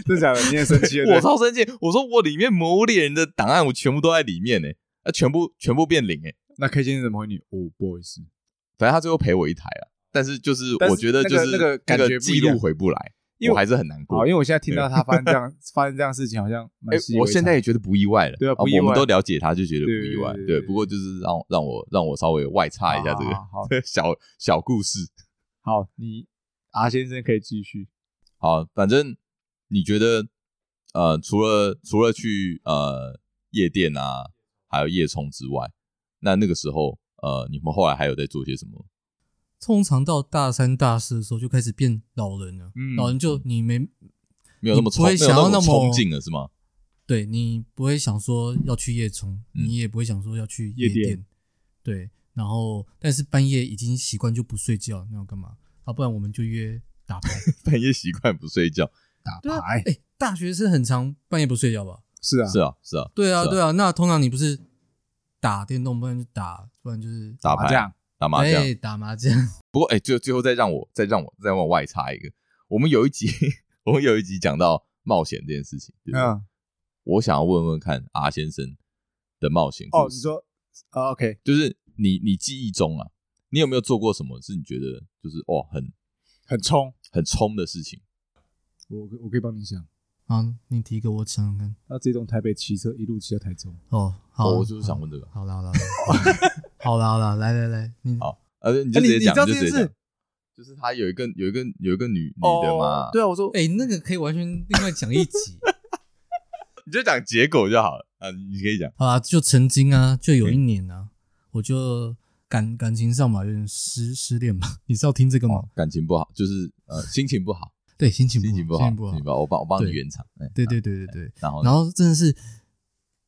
[SPEAKER 1] 真的假的？你也生气？”了？
[SPEAKER 2] 我超生气，我说我里面《魔物猎人》的档案我全部都在里面呢、啊，全部全部变零哎、
[SPEAKER 1] 那 K 先生怎么回你？哦，不好意思，
[SPEAKER 2] 反正他最后赔我一台啊，但是就是
[SPEAKER 1] 但是
[SPEAKER 2] 我觉得
[SPEAKER 1] 那
[SPEAKER 2] 就
[SPEAKER 1] 个
[SPEAKER 2] 是
[SPEAKER 1] 那个感觉不一
[SPEAKER 2] 记
[SPEAKER 1] 样
[SPEAKER 2] 录回不来，
[SPEAKER 1] 因为
[SPEAKER 2] 我还是很难过
[SPEAKER 1] 好，。因为我现在听到他发生这样 发生这样的事情，好像蛮
[SPEAKER 2] 哎、
[SPEAKER 1] 习以
[SPEAKER 2] 我
[SPEAKER 1] 为
[SPEAKER 2] 现
[SPEAKER 1] 常
[SPEAKER 2] 在也觉得不意外了，
[SPEAKER 1] 对啊
[SPEAKER 2] 啊
[SPEAKER 1] 不意
[SPEAKER 2] 我们
[SPEAKER 1] 外
[SPEAKER 2] 都了解他，就觉得不
[SPEAKER 1] 对
[SPEAKER 2] 意外。
[SPEAKER 1] 对
[SPEAKER 2] 对
[SPEAKER 1] 对
[SPEAKER 2] 不过就是让让我让我稍微外插一下这个、
[SPEAKER 1] 好好好
[SPEAKER 2] 这个 小小故事。
[SPEAKER 1] 好，你阿先生可以继续。
[SPEAKER 2] 好，反正你觉得呃，除了除了去呃夜店啊，还有夜冲之外，那那个时候呃，你们后来还有在做些什么？
[SPEAKER 3] 通常到大三、大四的时候就开始变老人了，
[SPEAKER 1] 嗯
[SPEAKER 3] 老人就你没
[SPEAKER 2] 没有那么
[SPEAKER 3] 你不
[SPEAKER 2] 冲，没
[SPEAKER 3] 会
[SPEAKER 2] 有
[SPEAKER 3] 想要
[SPEAKER 2] 那
[SPEAKER 3] 那么
[SPEAKER 2] 冲劲了是吗？
[SPEAKER 3] 对你不会想说要去夜冲，
[SPEAKER 2] 嗯
[SPEAKER 3] 你也不会想说要去
[SPEAKER 1] 夜店
[SPEAKER 3] 店对。然后，但是半夜已经习惯就不睡觉，那要干嘛？啊，不然我们就约打牌。
[SPEAKER 2] 半夜习惯不睡觉，
[SPEAKER 1] 打
[SPEAKER 3] 对啊，
[SPEAKER 1] 牌、
[SPEAKER 3] 哎、大学生很常半夜不睡觉吧？
[SPEAKER 1] 是啊，
[SPEAKER 2] 是啊是啊，
[SPEAKER 3] 对啊，
[SPEAKER 2] 是啊
[SPEAKER 3] 对啊。那通常你不是打电动，不然就打，不然就是
[SPEAKER 2] 打
[SPEAKER 1] 麻
[SPEAKER 2] 牌
[SPEAKER 1] 将
[SPEAKER 2] 打麻将。
[SPEAKER 3] 哎打麻将。
[SPEAKER 2] 不过哎、最最后再让我再让我再让我外插一个，我们有一集 我们有一集讲到冒险这件事情，对不对？
[SPEAKER 1] 嗯，
[SPEAKER 2] 我想要问问看阿先生的冒险故
[SPEAKER 1] 哦，
[SPEAKER 2] 事
[SPEAKER 1] 你说、哦、，OK，
[SPEAKER 2] 就是你你记忆中啊，你有没有做过什么是你觉得就是哦很
[SPEAKER 1] 很冲，
[SPEAKER 2] 很冲的事情？
[SPEAKER 1] 我我可以帮你想。
[SPEAKER 3] 好，你提一个，我想想看。
[SPEAKER 1] 那这从台北骑车一路骑到台中，
[SPEAKER 3] 哦，好，
[SPEAKER 2] 哦我就是想问这个。
[SPEAKER 3] 好啦好啦，好啦好啦，来来来，你
[SPEAKER 2] 好呃，你
[SPEAKER 1] 哎
[SPEAKER 2] 就
[SPEAKER 1] 你
[SPEAKER 2] 直接讲，
[SPEAKER 1] 你知道
[SPEAKER 2] 就
[SPEAKER 1] 这件
[SPEAKER 2] 直接
[SPEAKER 1] 事
[SPEAKER 2] 讲。就是他有一个有一个有一个女女的嘛，
[SPEAKER 1] 对啊，我说、
[SPEAKER 3] 哎、那个可以完全另外讲一集。
[SPEAKER 2] 你就讲结果就好了啊，你可以讲。
[SPEAKER 3] 好啦，就曾经
[SPEAKER 2] 嗯
[SPEAKER 3] 啊，就有一年啊，我就感感情上嘛，有点失失恋嘛。 你是要听这个吗？
[SPEAKER 2] 感情不好，就是呃心情不好，
[SPEAKER 3] 对，心情不
[SPEAKER 2] 哦心情
[SPEAKER 3] 好，
[SPEAKER 2] 不
[SPEAKER 3] 心
[SPEAKER 2] 好，
[SPEAKER 3] 情不好
[SPEAKER 2] 心情。不好，我帮我帮你
[SPEAKER 3] 对
[SPEAKER 2] 圆场。哎
[SPEAKER 3] 对对对对对。
[SPEAKER 2] 然后呢
[SPEAKER 3] 然后真的是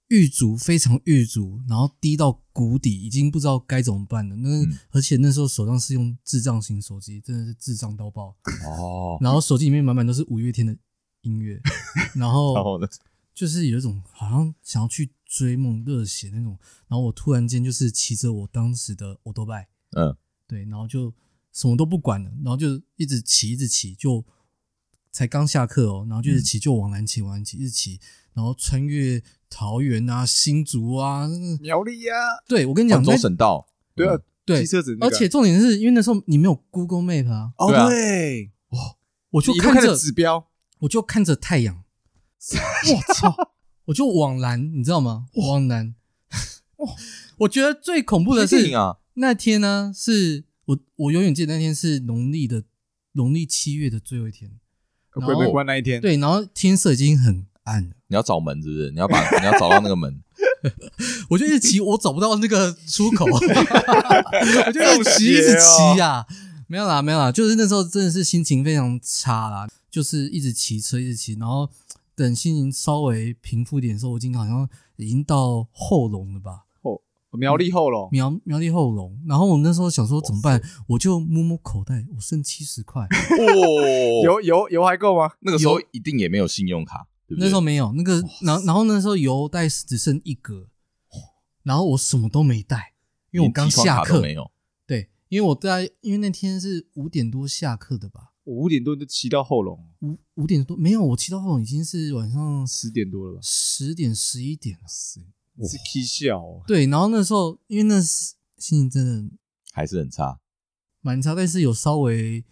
[SPEAKER 3] 狱卒，非常狱卒，然后低到谷底，已经不知道该怎么办了。那、
[SPEAKER 2] 嗯
[SPEAKER 3] 而且那时候手上是用智障型手机，真的是智障到爆。
[SPEAKER 2] 哦，
[SPEAKER 3] 然后手机里面满满都是五月天的音乐，然
[SPEAKER 2] 然
[SPEAKER 3] 后
[SPEAKER 2] 后呢？
[SPEAKER 3] 就是有一种好像想要去追梦热血那种。然后我突然间就是骑着我当时的 o d o b i
[SPEAKER 2] 嗯，
[SPEAKER 3] 对，然后就什么都不管了，然后就一直骑，一直骑，就才刚下课哦，然后就是骑，就往南骑，往南骑，一直骑，然后穿越桃园啊、新竹啊，嗯
[SPEAKER 1] 苗栗呀、
[SPEAKER 3] 对我跟你讲，
[SPEAKER 2] 广州
[SPEAKER 3] 那
[SPEAKER 2] 省道，嗯
[SPEAKER 1] 对啊，
[SPEAKER 3] 对
[SPEAKER 1] 骑，车子、那
[SPEAKER 3] 而
[SPEAKER 1] 个
[SPEAKER 3] 且重点是因为那时候你没有 Google Map 啊，
[SPEAKER 1] 哦
[SPEAKER 2] 对啊
[SPEAKER 1] 对，
[SPEAKER 3] 我就
[SPEAKER 1] 你都看
[SPEAKER 3] 着
[SPEAKER 1] 着指标，
[SPEAKER 3] 我就看着太阳，我操，我就往南，你知道吗？往南，我觉得最恐怖的
[SPEAKER 2] 是
[SPEAKER 3] 是
[SPEAKER 2] 电影啊，
[SPEAKER 3] 那天呢，是我我永远记得那天是农历的农历七月的最后一天，然
[SPEAKER 1] 鬼门
[SPEAKER 3] 后
[SPEAKER 1] 关那一 天，
[SPEAKER 3] 对，然后天色已经很暗了，
[SPEAKER 2] 你要找门是不是？你要把你要找到那个 门，
[SPEAKER 3] 我就一直骑，我找不到那个出 口，我 就一直骑一直
[SPEAKER 2] 哦
[SPEAKER 3] 骑啊，没有啦，没有啦，就是那时候真的是心情非常差啦，就是一直骑车，一直骑，然后等心情稍微平复一点的时候，我已经好像已经到后龙了吧，
[SPEAKER 1] 哦苗栗后龙，
[SPEAKER 3] 苗苗栗后龙，然后我那时候想说怎么办，我就摸摸口袋，我剩七十块，
[SPEAKER 2] 哦，
[SPEAKER 1] 油油油还够吗？
[SPEAKER 2] 那个时候一定也没有信用卡，对不对？
[SPEAKER 3] 那时候没有那个，然后然后那时候邮袋只剩一格，然后我什么都没带，因为我
[SPEAKER 2] 连
[SPEAKER 3] 刚
[SPEAKER 2] 提款
[SPEAKER 3] 下
[SPEAKER 2] 卡都
[SPEAKER 3] 课，
[SPEAKER 2] 没有，
[SPEAKER 3] 对，因为我在，因为那天是五点多下课的吧，
[SPEAKER 1] 我五点多就骑到后龙，
[SPEAKER 3] 五五点多没有，我骑到后头已经是晚上
[SPEAKER 1] 十点多了吧？
[SPEAKER 3] 十点十一点了。
[SPEAKER 1] 是是 K 笑哦，
[SPEAKER 3] 对，然后那时候因为那是心情真的
[SPEAKER 2] 还是很差，
[SPEAKER 3] 蛮差，但是有稍微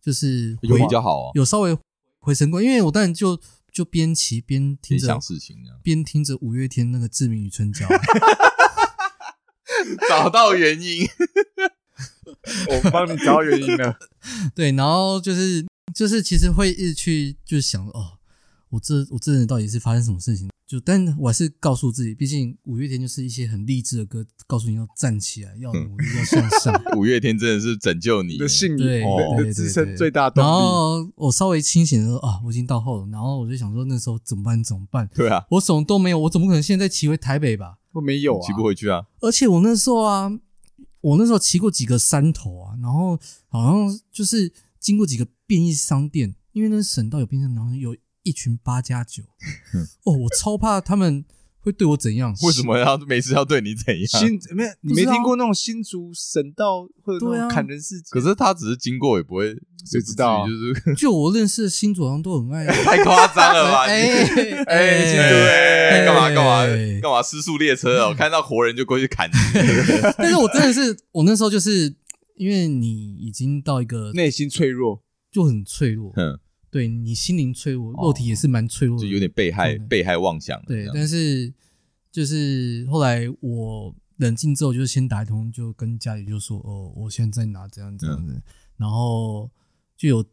[SPEAKER 3] 就是
[SPEAKER 2] 有
[SPEAKER 3] 回
[SPEAKER 2] 比较好哦，
[SPEAKER 3] 有稍微回神过来，因为我当然就就边骑边听
[SPEAKER 2] 别
[SPEAKER 3] 着
[SPEAKER 2] 想事情 啊，
[SPEAKER 3] 边听着五月天那个《志明与春 娇》。
[SPEAKER 2] 找到原因，
[SPEAKER 1] 我帮你找原因了。
[SPEAKER 3] 对，然后就是就是其实会一直去就是想哦，我这我这人到底是发生什么事情？就但我还是告诉自己，毕竟五月天就是一些很励志的歌，告诉你要站起来，要努
[SPEAKER 1] 嗯
[SPEAKER 3] 力，要向 上。
[SPEAKER 2] 五月天真的是拯救你
[SPEAKER 1] 你的信
[SPEAKER 3] 对
[SPEAKER 1] 你
[SPEAKER 2] 哦
[SPEAKER 1] 的
[SPEAKER 3] 对对
[SPEAKER 1] 支
[SPEAKER 3] 对
[SPEAKER 1] 撑
[SPEAKER 3] 对
[SPEAKER 1] 最大动
[SPEAKER 3] 然
[SPEAKER 1] 力。
[SPEAKER 3] 后我稍微清醒的时候啊，我已经到后了，然后我就想说那时候怎么办？怎么办？
[SPEAKER 2] 对啊，
[SPEAKER 3] 我什么都没有，我怎么可能现在骑回台北吧？
[SPEAKER 1] 我没有啊
[SPEAKER 2] 骑，不回去啊，
[SPEAKER 3] 而且我那时候啊，我那时候骑过几个山头啊，然后好像就是经过几个便利商店，因为那省道有便利商店，然后有一群八加九，哦，我超怕他们会对我怎样？
[SPEAKER 2] 嗯为什？么要每次要对你怎样？
[SPEAKER 1] 新没有你
[SPEAKER 3] 不
[SPEAKER 1] 没
[SPEAKER 3] 知道
[SPEAKER 1] 听过那种新竹省道或者那
[SPEAKER 3] 对
[SPEAKER 1] 种
[SPEAKER 3] 啊
[SPEAKER 1] 砍人事件？
[SPEAKER 2] 可是他只是经过，也不会，
[SPEAKER 1] 谁知道啊
[SPEAKER 2] 也不 至于就是
[SPEAKER 3] 就我认识的新主好像都很爱。
[SPEAKER 2] 太夸张了吧？
[SPEAKER 3] 哎
[SPEAKER 2] 你
[SPEAKER 3] 哎
[SPEAKER 2] 哎，新竹哎，
[SPEAKER 3] 哎
[SPEAKER 2] 干嘛干嘛
[SPEAKER 3] 哎
[SPEAKER 2] 干嘛失速列车 哦！看到活人就过去砍你，
[SPEAKER 3] 但是我真的是，我那时候就是因为你已经到一个
[SPEAKER 1] 内心脆弱，
[SPEAKER 3] 就很脆弱，
[SPEAKER 2] 嗯，
[SPEAKER 3] 对你心灵脆弱，
[SPEAKER 2] 哦
[SPEAKER 3] 肉体也是蛮脆弱的，
[SPEAKER 2] 就有点被害
[SPEAKER 3] 真的
[SPEAKER 2] 被害妄想了。
[SPEAKER 3] 嗯对
[SPEAKER 2] 这，样
[SPEAKER 3] 但是就是后来我冷静之后，就先打一通，就跟家里就说：“哦，我现在在哪？怎样怎
[SPEAKER 2] 嗯
[SPEAKER 3] 样的。然后就有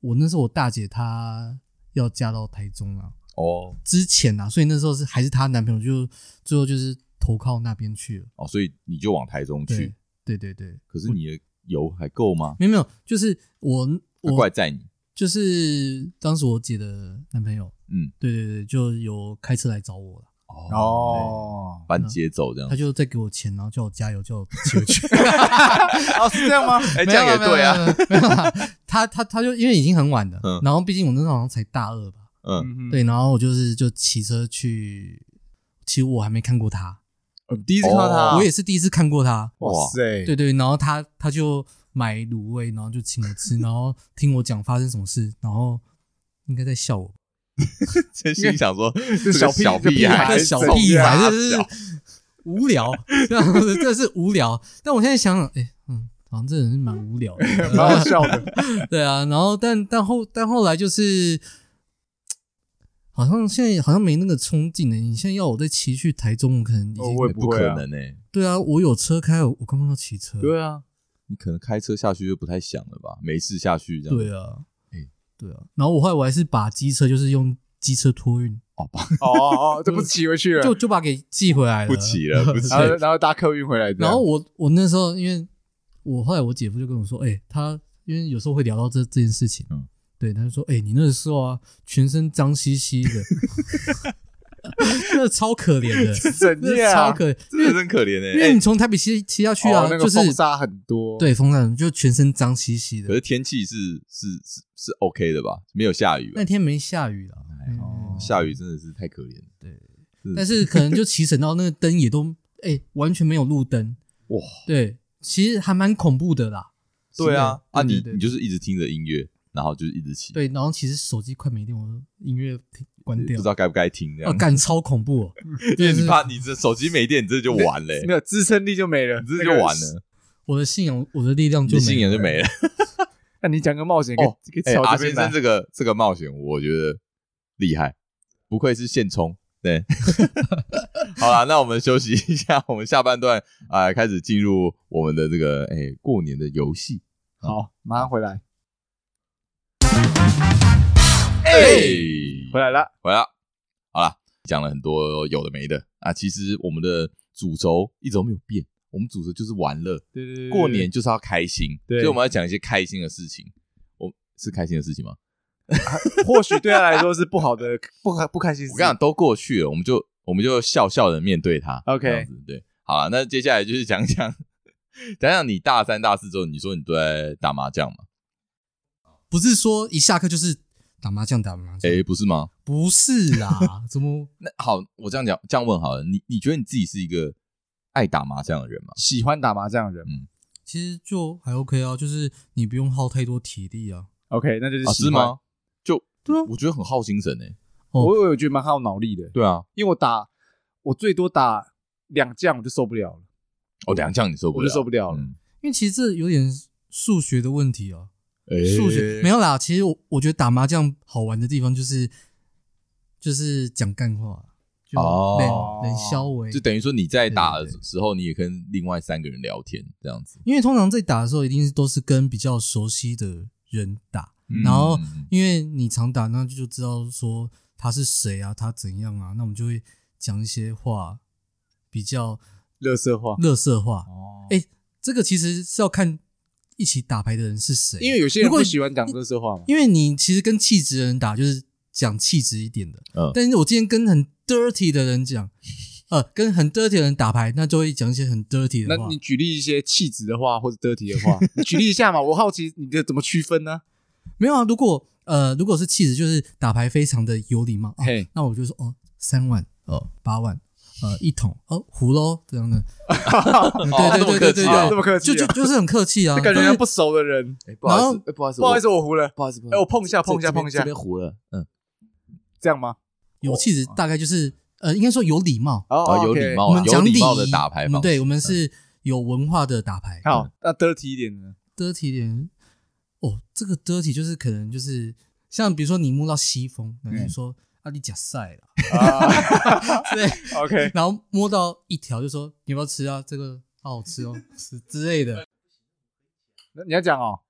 [SPEAKER 3] 我那时候我大姐她要嫁到台中啊，
[SPEAKER 2] 哦
[SPEAKER 3] 之前啊，所以那时候是还是她男朋友就最后就是投靠那边去了。
[SPEAKER 2] 哦，所以你就往台中去
[SPEAKER 3] 对，对对对，
[SPEAKER 2] 可是你的油还够吗？
[SPEAKER 3] 没有没有，就是我
[SPEAKER 2] 会怪
[SPEAKER 3] 我
[SPEAKER 2] 在你，
[SPEAKER 3] 就是当时我姐的男朋友，
[SPEAKER 2] 嗯，
[SPEAKER 3] 对对对，就有开车来找我了。
[SPEAKER 1] 哦，
[SPEAKER 3] 嗯
[SPEAKER 2] 把你接走这样
[SPEAKER 3] 他。就再给我钱，然后叫我加油，叫我骑回去。
[SPEAKER 1] 哦是这样吗？
[SPEAKER 2] 哎，这样也对啊，
[SPEAKER 3] 没有啦，没有啦没有啦他他他就因为已经很晚了，
[SPEAKER 2] 嗯
[SPEAKER 3] 然后毕竟我那时候好像才大二吧，
[SPEAKER 2] 嗯，
[SPEAKER 1] 嗯，
[SPEAKER 3] 对，然后我就是就骑车去，其实我还没看过他，
[SPEAKER 1] 我第一次看到
[SPEAKER 2] 啊
[SPEAKER 1] 他，
[SPEAKER 3] 哦我也是第一次看过他，
[SPEAKER 1] 哇塞，
[SPEAKER 3] 对对，然后他他就买卤味，然后就请我吃，然后听我讲发生什么事，然后应该在笑我，
[SPEAKER 2] 真心想说，
[SPEAKER 1] 这
[SPEAKER 2] 这个
[SPEAKER 1] 小屁
[SPEAKER 2] 小屁
[SPEAKER 1] 这
[SPEAKER 2] 孩，
[SPEAKER 1] 还
[SPEAKER 3] 这
[SPEAKER 1] 是
[SPEAKER 3] 小
[SPEAKER 1] 怎
[SPEAKER 3] 屁
[SPEAKER 1] 样
[SPEAKER 3] 孩，这
[SPEAKER 2] 小
[SPEAKER 3] 是无聊，这样子这是无聊。但我现在想想，哎，嗯，好像这人是蛮无聊的，
[SPEAKER 1] 蛮好笑的。
[SPEAKER 3] 对啊，然后但但后但后来就是，好像现在好像没那个冲劲了。你现在要我再骑去台中，我可能已经、
[SPEAKER 1] 哦我也
[SPEAKER 2] 不
[SPEAKER 1] 会
[SPEAKER 2] 可
[SPEAKER 1] 啊
[SPEAKER 2] 能哎，
[SPEAKER 3] 对啊，我有车开，我我刚刚要骑车，
[SPEAKER 1] 对啊，
[SPEAKER 2] 你可能开车下去就不太想了吧？没事下去这样。
[SPEAKER 3] 对啊
[SPEAKER 2] 哎，
[SPEAKER 3] 对啊。然后我后来我还是把机车就是用机车托运，
[SPEAKER 1] 哦哦，哦，这不是骑回去了，
[SPEAKER 3] 就就把它给寄回来了，
[SPEAKER 2] 不骑了，不骑
[SPEAKER 3] 啊
[SPEAKER 1] 然后
[SPEAKER 2] 了。
[SPEAKER 1] 然后搭客运回来的。
[SPEAKER 3] 然后我我那时候因为我后来我姐夫就跟我说，哎、他因为有时候会聊到这这件事情，
[SPEAKER 2] 嗯
[SPEAKER 3] 对，他就说，哎、你那时候啊，全身脏兮兮的，那超可怜的，
[SPEAKER 1] 怎
[SPEAKER 3] 那
[SPEAKER 1] 样
[SPEAKER 3] 超？可，
[SPEAKER 2] 真的真可怜
[SPEAKER 3] 因为
[SPEAKER 2] 哎、
[SPEAKER 3] 你
[SPEAKER 2] 欸，
[SPEAKER 3] 从台北骑骑下去啊，
[SPEAKER 1] 哦那个
[SPEAKER 3] 就是
[SPEAKER 1] 风沙很多，，
[SPEAKER 3] 对风扇就全身脏兮兮
[SPEAKER 2] 可
[SPEAKER 3] 的
[SPEAKER 2] 是。天气是是是是 OK 的吧？没有下雨吧
[SPEAKER 3] 那，天没下雨了，嗯
[SPEAKER 2] 哎哦下雨真的是太可怜了。
[SPEAKER 3] 对，
[SPEAKER 2] 是
[SPEAKER 3] 但是可能就骑省道，那个灯也都哎、完全没有路灯，
[SPEAKER 2] 哇，
[SPEAKER 3] 对，其实还蛮恐怖的啦。
[SPEAKER 2] 对啊，啊
[SPEAKER 3] 对
[SPEAKER 2] 你
[SPEAKER 3] 对对
[SPEAKER 2] 你就是一直听着音乐，然后就是一直骑，
[SPEAKER 3] 对，然后其实手机快没电，我就音乐停关
[SPEAKER 2] 不
[SPEAKER 3] 掉
[SPEAKER 2] 知，道该不该听这
[SPEAKER 3] 啊，
[SPEAKER 2] 样。
[SPEAKER 3] 干超恐怖哦！
[SPEAKER 2] 因为
[SPEAKER 3] 就
[SPEAKER 2] 你
[SPEAKER 3] 是
[SPEAKER 2] 怕你这手机没电，你这就完了欸、
[SPEAKER 1] 没有支撑力就没了，
[SPEAKER 2] 你这
[SPEAKER 1] 那
[SPEAKER 2] 就
[SPEAKER 1] 个
[SPEAKER 2] 完。了，
[SPEAKER 3] 我的信仰，我的力量
[SPEAKER 2] 你
[SPEAKER 3] 就
[SPEAKER 2] 的
[SPEAKER 3] 没
[SPEAKER 2] 信仰
[SPEAKER 3] 了
[SPEAKER 2] 就没了。
[SPEAKER 1] 那你讲个冒险，可以
[SPEAKER 2] 哦
[SPEAKER 1] 可以
[SPEAKER 2] 哎、
[SPEAKER 1] 朝
[SPEAKER 2] 阿
[SPEAKER 1] 这
[SPEAKER 2] 先
[SPEAKER 1] 边来
[SPEAKER 2] 生这个这个冒险，我觉得厉害，不愧是现充。对， 好啦，那我们休息一下，我们下半段啊、呃开始进入我们的这个哎、过年的游戏。
[SPEAKER 1] 好，马上回来。哎回来了，
[SPEAKER 2] 回来了，好了，讲了很多有的没的啊。其实我们的主轴一直都没有变，我们主轴就是玩乐，
[SPEAKER 1] 对对对，
[SPEAKER 2] 过年就是要开心，
[SPEAKER 1] 对
[SPEAKER 2] 所以我们要讲一些开心的事情。我是开心的事情吗？
[SPEAKER 1] 或许对他来说是不好的，不开不开心事。
[SPEAKER 2] 我跟你讲，都过去了，我们就我们就笑笑的面对它。
[SPEAKER 1] OK
[SPEAKER 2] 这样子对，好了，那接下来就是讲讲 讲讲你大三、大四之后，你说你都在打麻将嘛？
[SPEAKER 3] 不是说一下课就是打麻将打麻将，
[SPEAKER 2] 诶、不是吗？
[SPEAKER 3] 不是啦，怎么
[SPEAKER 2] 那好，我这样讲，这样问好了，你你觉得你自己是一个爱打麻将的人吗？
[SPEAKER 1] 喜欢打麻将的人
[SPEAKER 3] 其实就还 OK 啊，就是你不用耗太多体力啊。
[SPEAKER 1] ，OK，那就是
[SPEAKER 2] 啊，
[SPEAKER 1] 喜
[SPEAKER 2] 是
[SPEAKER 1] 欢？
[SPEAKER 2] 吗？就
[SPEAKER 3] 对啊
[SPEAKER 2] 我觉得很耗精神诶、
[SPEAKER 3] 哦
[SPEAKER 1] 我我觉得蛮耗脑力的，
[SPEAKER 2] 对啊，
[SPEAKER 1] 因为我打我最多打两将我就受不了了，
[SPEAKER 2] 哦，两将你受不
[SPEAKER 1] 我
[SPEAKER 2] 了，
[SPEAKER 1] 就受不了了。
[SPEAKER 2] 嗯
[SPEAKER 3] 因为其实这有点数学的问题啊，
[SPEAKER 2] 诶
[SPEAKER 3] 数学没有啦。其实我我觉得打麻将好玩的地方就是就是讲干话，啊就
[SPEAKER 2] 哦
[SPEAKER 3] 冷冷消为
[SPEAKER 2] 就。等于说你在打的
[SPEAKER 3] 对对
[SPEAKER 2] 时候，你也跟另外三个人聊天这样子，
[SPEAKER 3] 因为通常在打的时候，一定是都是跟比较熟悉的人打，然后
[SPEAKER 2] 嗯
[SPEAKER 3] 因为你常打，那就知道说他是谁啊，他怎样啊，那我们就会讲一些话比较
[SPEAKER 1] 乐色化，
[SPEAKER 3] 乐色话。
[SPEAKER 1] 哦
[SPEAKER 3] 哎这个其实是要看一起打牌的人是谁，
[SPEAKER 1] 因为有些人
[SPEAKER 3] 如果
[SPEAKER 1] 不喜欢讲乐色话嘛。
[SPEAKER 3] 因为你其实跟气质的人打，就是讲气质一点的。
[SPEAKER 2] 嗯
[SPEAKER 3] 但是我今天跟很 dirty 的人讲， 呃，跟很 dirty 的人打牌，那就会讲一些很 dirty
[SPEAKER 1] 那
[SPEAKER 3] 的话。
[SPEAKER 1] 你举例一些气质的话，或者 dirty 的话，你举例一下嘛？我好奇你的怎么区分呢？
[SPEAKER 3] 没有啊？如果呃，如果是气质，就是打牌非常的有礼貌。哦
[SPEAKER 1] 嘿
[SPEAKER 3] 那我就说哦，三万，哦，八万。呃，一桶哦，胡喽这 样的，
[SPEAKER 2] 哦这么
[SPEAKER 3] 对对对
[SPEAKER 2] 客
[SPEAKER 3] 对
[SPEAKER 2] 气
[SPEAKER 3] 对
[SPEAKER 2] 啊
[SPEAKER 3] 对，
[SPEAKER 1] 这么客气啊
[SPEAKER 3] 就就就是很客气啊，
[SPEAKER 1] 感觉
[SPEAKER 3] 但
[SPEAKER 1] 像
[SPEAKER 3] 是
[SPEAKER 1] 不熟的人，
[SPEAKER 2] 哎不好意
[SPEAKER 3] 然
[SPEAKER 2] 思
[SPEAKER 3] 后，
[SPEAKER 2] 哎不好意思，
[SPEAKER 1] 不好意思，我糊了，
[SPEAKER 2] 不好意思，不好意思，
[SPEAKER 1] 哎，我碰一下，
[SPEAKER 2] 这
[SPEAKER 1] 碰一下，
[SPEAKER 2] 这边
[SPEAKER 1] 碰一下
[SPEAKER 2] 这，边糊了，嗯，
[SPEAKER 1] 这样吗？
[SPEAKER 3] 有气质，大概就是呃，应该说有礼貌，
[SPEAKER 2] 哦
[SPEAKER 1] 哦，
[SPEAKER 2] 有
[SPEAKER 1] OK
[SPEAKER 2] 礼貌啊
[SPEAKER 3] 我们讲
[SPEAKER 2] 有
[SPEAKER 3] 礼
[SPEAKER 2] 礼貌
[SPEAKER 3] 仪
[SPEAKER 2] 的打牌
[SPEAKER 3] 我
[SPEAKER 2] 方
[SPEAKER 3] 们对
[SPEAKER 2] 式嗯
[SPEAKER 3] 我们是有文化的打牌。
[SPEAKER 1] 好，那 dirty 一点呢？
[SPEAKER 3] dirty 的人，哦，这个 dirty 就是可能就是像比如说你摸到西风，然后
[SPEAKER 1] 嗯
[SPEAKER 3] 就说、啊你假晒了，
[SPEAKER 1] 啊
[SPEAKER 3] 对，
[SPEAKER 1] OK，
[SPEAKER 3] 然后摸到一条就说你要不要吃啊？这个好好吃 哦，吃之类的。
[SPEAKER 1] 那你要讲哦。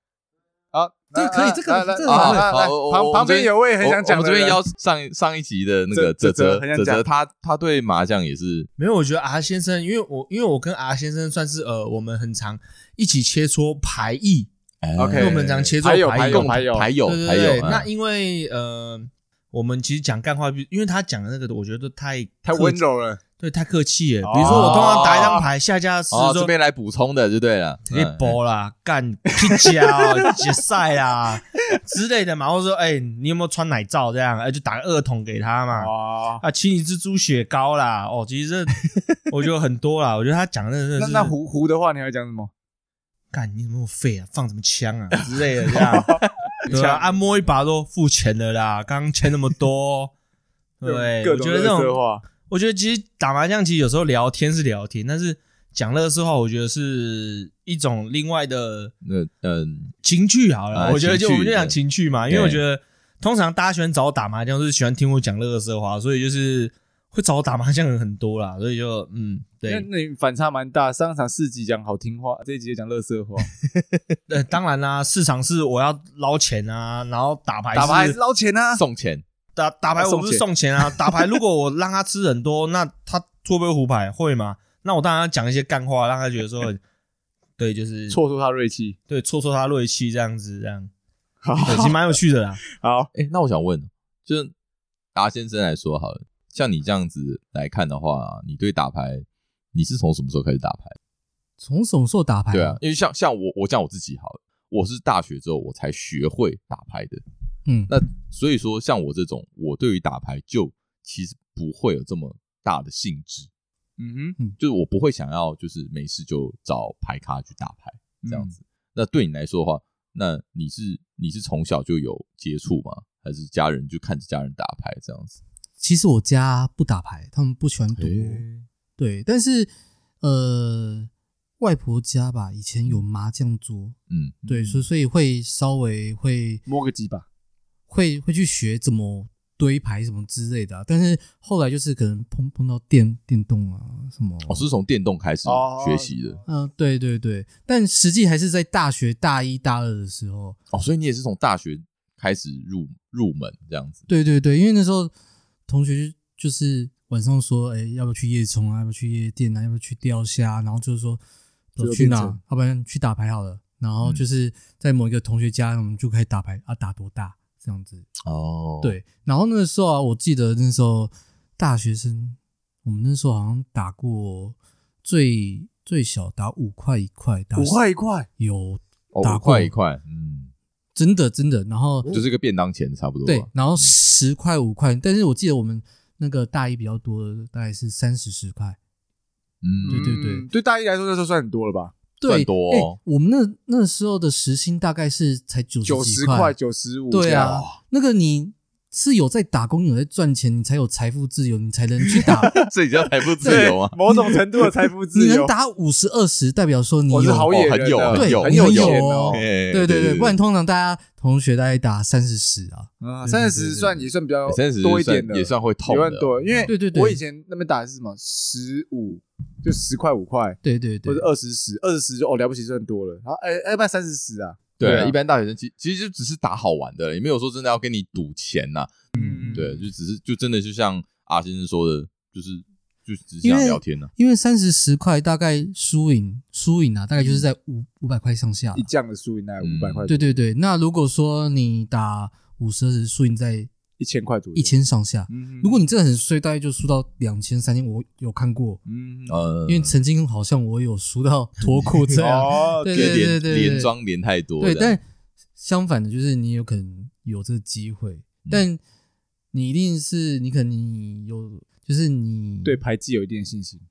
[SPEAKER 1] 好，
[SPEAKER 3] 这个可以
[SPEAKER 1] 来
[SPEAKER 3] 这个
[SPEAKER 1] 来来
[SPEAKER 3] 这个
[SPEAKER 1] 好
[SPEAKER 3] 好
[SPEAKER 1] 来来
[SPEAKER 2] 好我
[SPEAKER 1] 啊旁
[SPEAKER 2] 我
[SPEAKER 1] 旁边有位很想讲
[SPEAKER 2] 我我
[SPEAKER 1] 的
[SPEAKER 2] 们这边
[SPEAKER 1] 人
[SPEAKER 2] 邀上上一集的那个
[SPEAKER 1] 这这
[SPEAKER 2] 哲哲
[SPEAKER 1] 很想
[SPEAKER 2] 哲
[SPEAKER 1] 讲
[SPEAKER 2] 哲，他他对麻将也是
[SPEAKER 4] 没有，我觉得 R 先生，因为我因为我跟 R 先生算是呃，我们很常一起切磋牌艺，
[SPEAKER 2] 哎
[SPEAKER 1] OK
[SPEAKER 4] 因为我们常切磋
[SPEAKER 1] 还有还
[SPEAKER 4] 牌艺
[SPEAKER 1] 有
[SPEAKER 4] 共同，
[SPEAKER 1] 还有
[SPEAKER 2] 还有
[SPEAKER 4] 对对
[SPEAKER 2] 还
[SPEAKER 4] 对。
[SPEAKER 2] 有，
[SPEAKER 4] 那
[SPEAKER 2] 嗯
[SPEAKER 4] 因为呃，我们其实讲干话，比因为他讲的那个，我觉得太
[SPEAKER 1] 太
[SPEAKER 4] 客
[SPEAKER 1] 温，柔了，
[SPEAKER 4] 对，太客气了。比如说我通常打一张哎牌，下家是
[SPEAKER 2] 哦这
[SPEAKER 4] 说
[SPEAKER 2] 边来补充的就对了，嗯
[SPEAKER 4] 直接包啦，干去脚解晒啦 之类的嘛，或者说哎，你有没有穿奶罩这样？哎，就打个二筒给他嘛。
[SPEAKER 1] 哦，
[SPEAKER 4] 啊，请你吃猪血糕啦！哦，其实这我觉得很多啦，我觉得他讲的真的
[SPEAKER 1] 那
[SPEAKER 4] 是
[SPEAKER 1] 那胡胡的话，你还会讲什么？
[SPEAKER 4] 干你怎么那么废啊，放什么枪啊之类的这样，对啊，按摩一把都付钱了啦，刚刚欠那么多，对，
[SPEAKER 1] 各
[SPEAKER 4] 哎我
[SPEAKER 1] 种
[SPEAKER 4] 觉得这
[SPEAKER 1] 垃圾
[SPEAKER 4] 种，
[SPEAKER 1] 话，
[SPEAKER 4] 我觉得其实打麻将其实有时候聊天是聊天，但是讲乐色话，我觉得是一种另外的
[SPEAKER 2] 那嗯，
[SPEAKER 4] 情趣好了，
[SPEAKER 2] 啊
[SPEAKER 4] 我觉得就
[SPEAKER 2] 情趣
[SPEAKER 4] 我们就讲
[SPEAKER 2] 对
[SPEAKER 4] 情趣嘛，因为
[SPEAKER 2] 对
[SPEAKER 4] 我觉得通常大家喜欢找我打麻将，就是喜欢听我讲乐色话，所以就是会找我打麻将的人很多啦，所以就嗯，
[SPEAKER 1] 那
[SPEAKER 4] 对，
[SPEAKER 1] 那你反差蛮大。上场四集讲好听话，这一集就讲乐色话，
[SPEAKER 4] 呃，当然啦，市场是我要捞钱啊，然后打牌
[SPEAKER 1] 打牌还是捞钱啊？
[SPEAKER 2] 送钱
[SPEAKER 4] 打打牌我不是送钱啊，打牌如果我让他吃很多，那他会不会胡牌？会嘛？那我当然要讲一些干话，让他觉得说，对，就是
[SPEAKER 1] 挫挫他锐气。
[SPEAKER 4] 对挫挫他锐气这样子，这样
[SPEAKER 1] 好
[SPEAKER 4] 对其实蛮有趣的啦。
[SPEAKER 1] 好，
[SPEAKER 2] 哎，那我想问，就是达先生来说好了，像你这样子来看的话，你对打牌，你是从什么时候开始打牌？
[SPEAKER 3] 从什么时候打牌？
[SPEAKER 2] 对啊，，因为像像我我讲我自己好了，我是大学之后我才学会打牌的。
[SPEAKER 3] 嗯，
[SPEAKER 2] 那所以说，像我这种，我对于打牌就其实不会有这么大的兴致，
[SPEAKER 1] 嗯
[SPEAKER 2] 就是我不会想要就是没事就找牌咖去打牌
[SPEAKER 1] 哼，
[SPEAKER 2] 这样子。那对你来说的话，那你是你是从小就有接触吗？还是家人就看着家人打牌这样子？
[SPEAKER 3] 其实我家不打牌，他们不喜欢赌博。
[SPEAKER 2] 诶
[SPEAKER 3] 对，但是呃，外婆家吧，以前有麻将桌，
[SPEAKER 2] 嗯，
[SPEAKER 3] 对，所以所以会稍微会
[SPEAKER 1] 摸个几把。
[SPEAKER 3] 会会去学怎么堆牌什么之类的啊、但是后来就是可能碰碰到电电动啊什么，
[SPEAKER 2] 我、是从电动开始
[SPEAKER 1] 哦
[SPEAKER 2] 学习的
[SPEAKER 3] 嗯、对对对，但实际还是在大学大一大二的时候，
[SPEAKER 2] 哦，所以你也是从大学开始入入门这样子。
[SPEAKER 3] 对对对，因为那时候同学就就是晚上说，哎、要不要去夜冲啊？要不要去夜店啊？要不要去钓虾、然后就是说，
[SPEAKER 1] 最后
[SPEAKER 3] 去
[SPEAKER 1] 变
[SPEAKER 3] 哪
[SPEAKER 1] 成？嗯
[SPEAKER 3] 要不然去打牌好了。然后就是在某一个同学家，我们就开始打牌啊，打多大这样子。
[SPEAKER 2] 哦，，
[SPEAKER 3] 对，然后那个时候啊，我记得那时候大学生，我们那时候好像打过最最小打五块一块，打
[SPEAKER 1] 五块一块，
[SPEAKER 3] 有打
[SPEAKER 2] 哦，
[SPEAKER 3] 过
[SPEAKER 2] 快一块，嗯，
[SPEAKER 3] 真的真的，然
[SPEAKER 1] 哦
[SPEAKER 3] 后
[SPEAKER 2] 就是个便当钱差
[SPEAKER 1] 啊
[SPEAKER 2] 不多吧。
[SPEAKER 3] 哦对，然后十块五块，但是我记得我们那个大一比较多的，大概是三十十块，
[SPEAKER 2] 嗯，
[SPEAKER 3] 对对对
[SPEAKER 1] 嗯对大一来说那时候算很多了吧？
[SPEAKER 3] 对，
[SPEAKER 2] 算多哦
[SPEAKER 3] 哎我们那那时候的时薪大概是才九
[SPEAKER 1] 九
[SPEAKER 3] 几
[SPEAKER 1] 十块、九十五，
[SPEAKER 3] 对啊，那个你是有在打工，有在赚钱，你才有财富自由，你才能去打
[SPEAKER 2] 这也叫财富自
[SPEAKER 1] 对
[SPEAKER 2] 由啊！
[SPEAKER 1] 某种程度的财富
[SPEAKER 3] 你
[SPEAKER 1] 自由
[SPEAKER 3] 能。打五十二十，代表说你
[SPEAKER 1] 我是
[SPEAKER 3] 有
[SPEAKER 1] 好野人的，
[SPEAKER 2] 哦很有
[SPEAKER 3] 很有
[SPEAKER 1] 很
[SPEAKER 3] 对很有
[SPEAKER 1] 钱
[SPEAKER 3] 哦
[SPEAKER 1] 哦。
[SPEAKER 2] 对
[SPEAKER 3] 对对对，不然通常大家同学大概打三十十啊，
[SPEAKER 1] 啊，
[SPEAKER 3] 对对
[SPEAKER 1] 三
[SPEAKER 3] 对
[SPEAKER 1] 十
[SPEAKER 3] 对
[SPEAKER 1] 算也算比较
[SPEAKER 2] 哎三十
[SPEAKER 1] 多一点的，
[SPEAKER 2] 也算会痛
[SPEAKER 1] 也
[SPEAKER 2] 的嗯
[SPEAKER 1] 算，多，因为
[SPEAKER 3] 对对对
[SPEAKER 1] 我以前那边打的是什么十五，15, 就十块五块，
[SPEAKER 3] 对对
[SPEAKER 1] 或
[SPEAKER 3] 对
[SPEAKER 1] 者，二十十，二十十就哦了不起算多了，然后哎哎不然三十十啊，
[SPEAKER 2] 对
[SPEAKER 1] 啊
[SPEAKER 2] 一般大学生其其实就只是打好玩的，也没有说真的要跟你赌钱呐。
[SPEAKER 1] 嗯
[SPEAKER 2] 对，就只是就真的就像阿先生说的，就是就只是
[SPEAKER 3] 因为
[SPEAKER 2] 想聊天啊呐。
[SPEAKER 3] 因为三十十块大概输赢输赢啊，大概
[SPEAKER 1] 嗯
[SPEAKER 3] 就是在五五百块上下啦
[SPEAKER 1] 一，降的输赢大概
[SPEAKER 2] 嗯
[SPEAKER 1] 五百块，
[SPEAKER 3] 对，对对，那如果说你打五十二十输赢在
[SPEAKER 1] 一千块左右，
[SPEAKER 3] 一，千上下，
[SPEAKER 1] 嗯
[SPEAKER 3] 如果你真的很衰，大概就输到两千三千，我有看过，
[SPEAKER 1] 嗯
[SPEAKER 2] 呃，
[SPEAKER 3] 因为曾经好像我有输到脱裤这
[SPEAKER 4] 啊
[SPEAKER 3] 样，
[SPEAKER 1] 哦，
[SPEAKER 3] 对啊
[SPEAKER 2] 就
[SPEAKER 3] 对对
[SPEAKER 2] 连
[SPEAKER 3] 对对
[SPEAKER 2] 连装连太多
[SPEAKER 3] 对，
[SPEAKER 2] 这样，
[SPEAKER 3] 但相反的就是你有可能有这个机会，
[SPEAKER 1] 嗯
[SPEAKER 3] 但你一定是你可能你有就是你
[SPEAKER 1] 对牌技有一定的信心，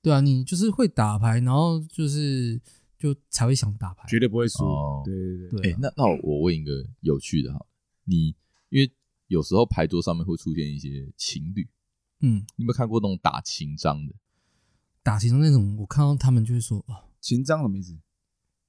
[SPEAKER 3] 对啊，你就是会打牌，然后就是就才会想打牌，
[SPEAKER 1] 绝对不会输
[SPEAKER 2] 哦，
[SPEAKER 1] 对对对，
[SPEAKER 3] 对
[SPEAKER 2] 哎
[SPEAKER 3] 啊，，
[SPEAKER 2] 那那我问一个有趣的哈，你因为有时候牌桌上面会出现一些情侣，
[SPEAKER 3] 嗯，
[SPEAKER 2] 你有没有看过那种打情章的？
[SPEAKER 3] 打其中那种我看到他们就会说哦，
[SPEAKER 1] 情章什么意思？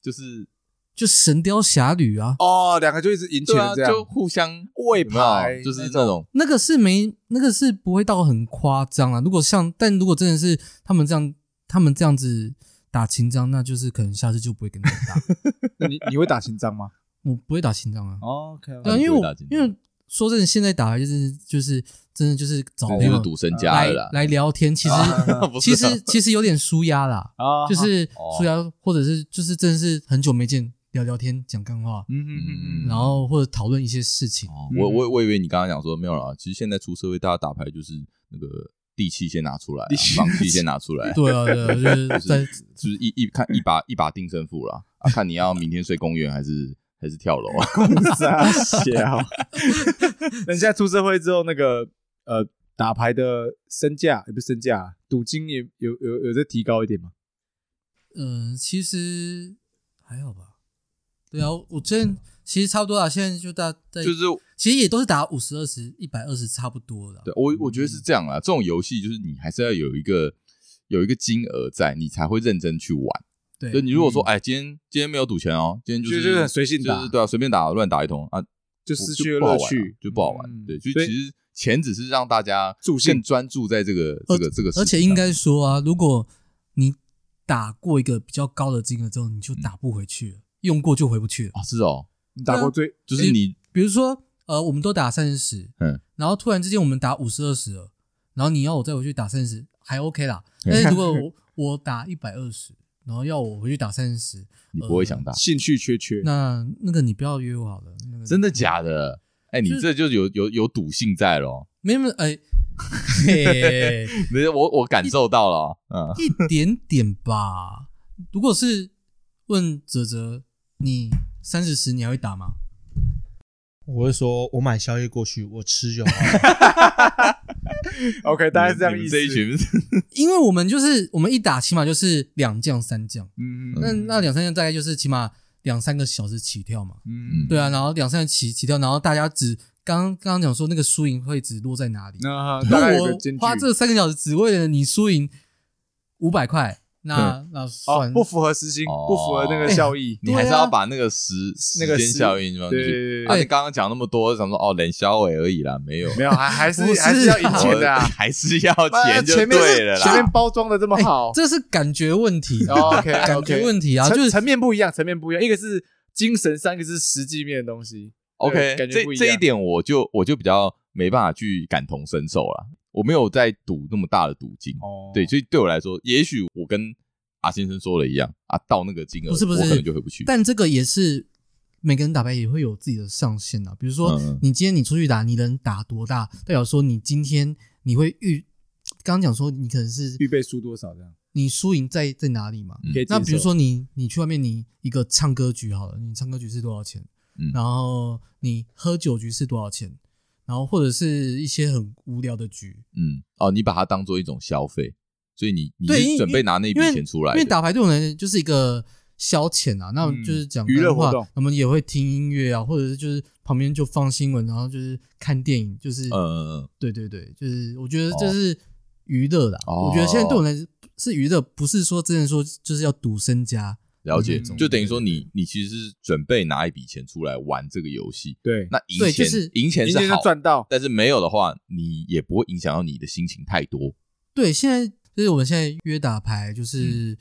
[SPEAKER 2] 就是
[SPEAKER 3] 就神雕侠侣啊，
[SPEAKER 1] 哦，两个就一直赢钱
[SPEAKER 2] 对啊，
[SPEAKER 1] 这样，
[SPEAKER 2] 就互相
[SPEAKER 1] 喂
[SPEAKER 2] 有没有
[SPEAKER 1] 牌
[SPEAKER 2] 就是
[SPEAKER 1] 那
[SPEAKER 2] 那种
[SPEAKER 3] 那个是没，那个是不会到很夸张啊。如果像，但如果真的是他们这样，他们这样子打情章，那就是可能下次就不会跟他们 打。
[SPEAKER 1] 那 你你会打情章吗哦
[SPEAKER 3] 我不会打情章啊，
[SPEAKER 1] ？OK，
[SPEAKER 3] 对
[SPEAKER 2] 哦那
[SPEAKER 3] 啊，
[SPEAKER 2] 你
[SPEAKER 3] 因为
[SPEAKER 2] 不会打
[SPEAKER 3] 我
[SPEAKER 2] 情章
[SPEAKER 3] 因为说真的，现在打牌就是就是真的就是找
[SPEAKER 2] 就
[SPEAKER 3] 朋
[SPEAKER 2] 是
[SPEAKER 3] 友
[SPEAKER 2] 赌
[SPEAKER 1] 嗯
[SPEAKER 2] 神家
[SPEAKER 3] 哦来
[SPEAKER 2] 的啦。
[SPEAKER 3] 来聊天，其实、
[SPEAKER 2] 不是
[SPEAKER 3] 其
[SPEAKER 2] 啊
[SPEAKER 3] 实其实有点舒压啦，
[SPEAKER 1] 啊，
[SPEAKER 3] 就是
[SPEAKER 2] 哦
[SPEAKER 3] 舒压，或者是就是真的是很久没见，聊聊天讲干话，
[SPEAKER 1] 嗯嗯嗯嗯，
[SPEAKER 3] 然后或者讨论一些事情。
[SPEAKER 2] 哦
[SPEAKER 1] 嗯
[SPEAKER 2] 我我我以为你刚刚讲说没有啦，其实现在出社会，大家打牌就是那个地气先拿出来啊
[SPEAKER 1] 地气，
[SPEAKER 2] 房气先拿出来啊，
[SPEAKER 3] 对啊，对啊，就是
[SPEAKER 2] 就
[SPEAKER 3] 在
[SPEAKER 2] 是就是一一看一把一把定胜负啦，啊，看你要明天睡公园还是还是跳楼 啊？
[SPEAKER 1] 傻 笑。人家出社会之后，那个呃，打牌的身价也不是身价，啊赌金也有有有在提高一点嘛？
[SPEAKER 3] 嗯，其实还好吧。对啊，我之前其实差不多啊，现在就大在，
[SPEAKER 2] 就是
[SPEAKER 3] 其实也都是打五十、二十、一百二十，差不多的啊。
[SPEAKER 2] 对我我觉得是这样啦，这种游戏就是你还是要有一个有一个金额在，你才会认真去玩。
[SPEAKER 3] 对
[SPEAKER 2] 就你如果说
[SPEAKER 1] 嗯
[SPEAKER 2] 哎，今天今天没有赌钱哦，今天
[SPEAKER 1] 就是就是很随性
[SPEAKER 2] 就
[SPEAKER 1] 打
[SPEAKER 2] 是，对啊，随便打乱打一通啊，
[SPEAKER 1] 就
[SPEAKER 2] 不
[SPEAKER 1] 失
[SPEAKER 2] 就
[SPEAKER 1] 去了
[SPEAKER 2] 不好
[SPEAKER 1] 乐
[SPEAKER 2] 玩啊
[SPEAKER 1] 趣，
[SPEAKER 2] 就不好玩。
[SPEAKER 1] 嗯
[SPEAKER 2] 对，就
[SPEAKER 1] 所以
[SPEAKER 2] 其实钱只是让大家
[SPEAKER 1] 助兴
[SPEAKER 2] 更专注在这个这
[SPEAKER 3] 而
[SPEAKER 2] 个这个事情上，
[SPEAKER 3] 而且应该说啊，如果你打过一个比较高的金额之后，你
[SPEAKER 2] 嗯
[SPEAKER 3] 就打不回去了，用过就回不去了。
[SPEAKER 2] 啊是哦，
[SPEAKER 1] 你打过最
[SPEAKER 2] 就是你
[SPEAKER 3] 比如说，呃，我们都打三十，
[SPEAKER 2] 嗯，
[SPEAKER 3] 然后突然之间我们打五十、二十了，然后你要我再回去打三十，还 OK 啦。
[SPEAKER 2] 嗯
[SPEAKER 3] 但是如 果我我打一百二十，然后要我回去打三十，
[SPEAKER 2] 你不
[SPEAKER 3] 呃
[SPEAKER 2] 会想打，
[SPEAKER 1] 兴趣缺缺，
[SPEAKER 3] 啊那那个你不要约我好了，那个
[SPEAKER 2] 真的假的？哎，你
[SPEAKER 3] 就是
[SPEAKER 2] 这就有有有赌性在咯。
[SPEAKER 3] 没 没哎、嘿，
[SPEAKER 2] 没有我我感受到了哦，嗯，
[SPEAKER 3] 一点点吧。如果是问泽泽，你三十十你还会打吗？
[SPEAKER 4] 我会说，我买宵夜过去，我吃就好了。
[SPEAKER 1] OK，大概是这样
[SPEAKER 2] 你
[SPEAKER 1] 意
[SPEAKER 2] 们
[SPEAKER 1] 思。
[SPEAKER 2] 这一 群，
[SPEAKER 3] 因为我们就是我们一打起码就是两将三将，
[SPEAKER 1] 嗯，嗯，
[SPEAKER 3] 那
[SPEAKER 1] 嗯
[SPEAKER 3] 那两三将大概就是起码两三个小时起跳嘛。
[SPEAKER 1] 嗯，
[SPEAKER 3] 对啊，然后两三个起起跳，然后大家只刚刚刚讲说那个输赢会只落在哪里？
[SPEAKER 1] 那
[SPEAKER 3] 那
[SPEAKER 1] 大概有个
[SPEAKER 3] 我
[SPEAKER 1] 间距
[SPEAKER 3] 花这三个小时只为了你输赢五百块，那那
[SPEAKER 1] 哦
[SPEAKER 3] 算
[SPEAKER 1] 不符合时薪，
[SPEAKER 2] 哦
[SPEAKER 1] 不符合那个效益。
[SPEAKER 2] 你还是
[SPEAKER 3] 啊
[SPEAKER 2] 要把那个时
[SPEAKER 1] 那个
[SPEAKER 2] 时间
[SPEAKER 1] 时
[SPEAKER 2] 效应放进
[SPEAKER 1] 对
[SPEAKER 2] 去。
[SPEAKER 1] 对对
[SPEAKER 3] 哎
[SPEAKER 2] 啊，
[SPEAKER 1] 对，
[SPEAKER 2] 你刚刚讲那么多，想说哦，冷消委而已啦，没有，
[SPEAKER 1] 没有，还还是
[SPEAKER 3] 不是
[SPEAKER 1] 还是要赢钱的啊。
[SPEAKER 2] 还是要
[SPEAKER 1] 妈
[SPEAKER 2] 钱就
[SPEAKER 1] 前面是
[SPEAKER 2] 对了啦。
[SPEAKER 1] 前面包装的这么
[SPEAKER 3] 哎
[SPEAKER 1] 好，
[SPEAKER 3] 这是感觉问题
[SPEAKER 1] OK，OK
[SPEAKER 3] 感觉问题啊，
[SPEAKER 1] 层
[SPEAKER 3] 就是
[SPEAKER 1] 层面不一样，层面不一样，一个是精神上，一个是实际面的东西。
[SPEAKER 2] OK，
[SPEAKER 1] 感觉
[SPEAKER 2] 这
[SPEAKER 1] 不一
[SPEAKER 2] 这一
[SPEAKER 1] 样
[SPEAKER 2] 点我就我就比较没办法去感同身受啦。我没有在赌那么大的赌金，
[SPEAKER 1] 哦，
[SPEAKER 2] 对，所以对我来说，也许我跟阿先生说的一样啊，到那个金额，
[SPEAKER 3] 不是不是
[SPEAKER 2] 我可能就回不去。
[SPEAKER 3] 但这个也是每个人打牌也会有自己的上限啊。比如说
[SPEAKER 2] 嗯，
[SPEAKER 3] 你今天你出去打，你能打多大，代表说你今天你会预，刚刚讲说你可能是
[SPEAKER 1] 预备输多少这样？
[SPEAKER 3] 你输赢在在哪里嘛？
[SPEAKER 1] 可以接
[SPEAKER 3] 那比如
[SPEAKER 1] 受
[SPEAKER 3] 说你你去外面你一个唱歌局好了，你唱歌局是多少钱？
[SPEAKER 2] 嗯
[SPEAKER 3] 然后你喝酒局是多少钱？然后或者是一些很无聊的局，
[SPEAKER 2] 嗯，哦，你把它当做一种消费，所以你你
[SPEAKER 3] 对，因
[SPEAKER 2] 是
[SPEAKER 3] 为
[SPEAKER 2] 准备拿那笔
[SPEAKER 3] 因为
[SPEAKER 2] 钱出来
[SPEAKER 3] 因为
[SPEAKER 2] 的，
[SPEAKER 3] 打牌对我们来讲就是一个消遣啊。那我们就是讲
[SPEAKER 1] 嗯娱乐
[SPEAKER 3] 干话
[SPEAKER 1] 活动
[SPEAKER 3] 我们也会听音乐啊，或者是就是旁边就放新闻，然后就是看电影，就是、
[SPEAKER 2] 嗯嗯嗯，
[SPEAKER 3] 对对对，就是我觉得
[SPEAKER 2] 哦
[SPEAKER 3] 这是娱乐啦。
[SPEAKER 2] 哦
[SPEAKER 3] 我觉得现在对我们来是娱乐，不是说真的说就是要赌身家。
[SPEAKER 2] 了解，
[SPEAKER 1] 嗯
[SPEAKER 2] 就等于说你你其实是准备拿一笔钱出来玩这个游戏，
[SPEAKER 1] 对，
[SPEAKER 2] 那赢
[SPEAKER 3] 对
[SPEAKER 2] 钱
[SPEAKER 3] 就是
[SPEAKER 2] 赢钱
[SPEAKER 1] 今
[SPEAKER 2] 是
[SPEAKER 1] 天
[SPEAKER 2] 好
[SPEAKER 1] 就，赚到，
[SPEAKER 2] 但是没有的话，你也不会影响到你的心情太多。
[SPEAKER 3] 对，现在就是我们现在约打牌，
[SPEAKER 1] 嗯
[SPEAKER 3] 就是、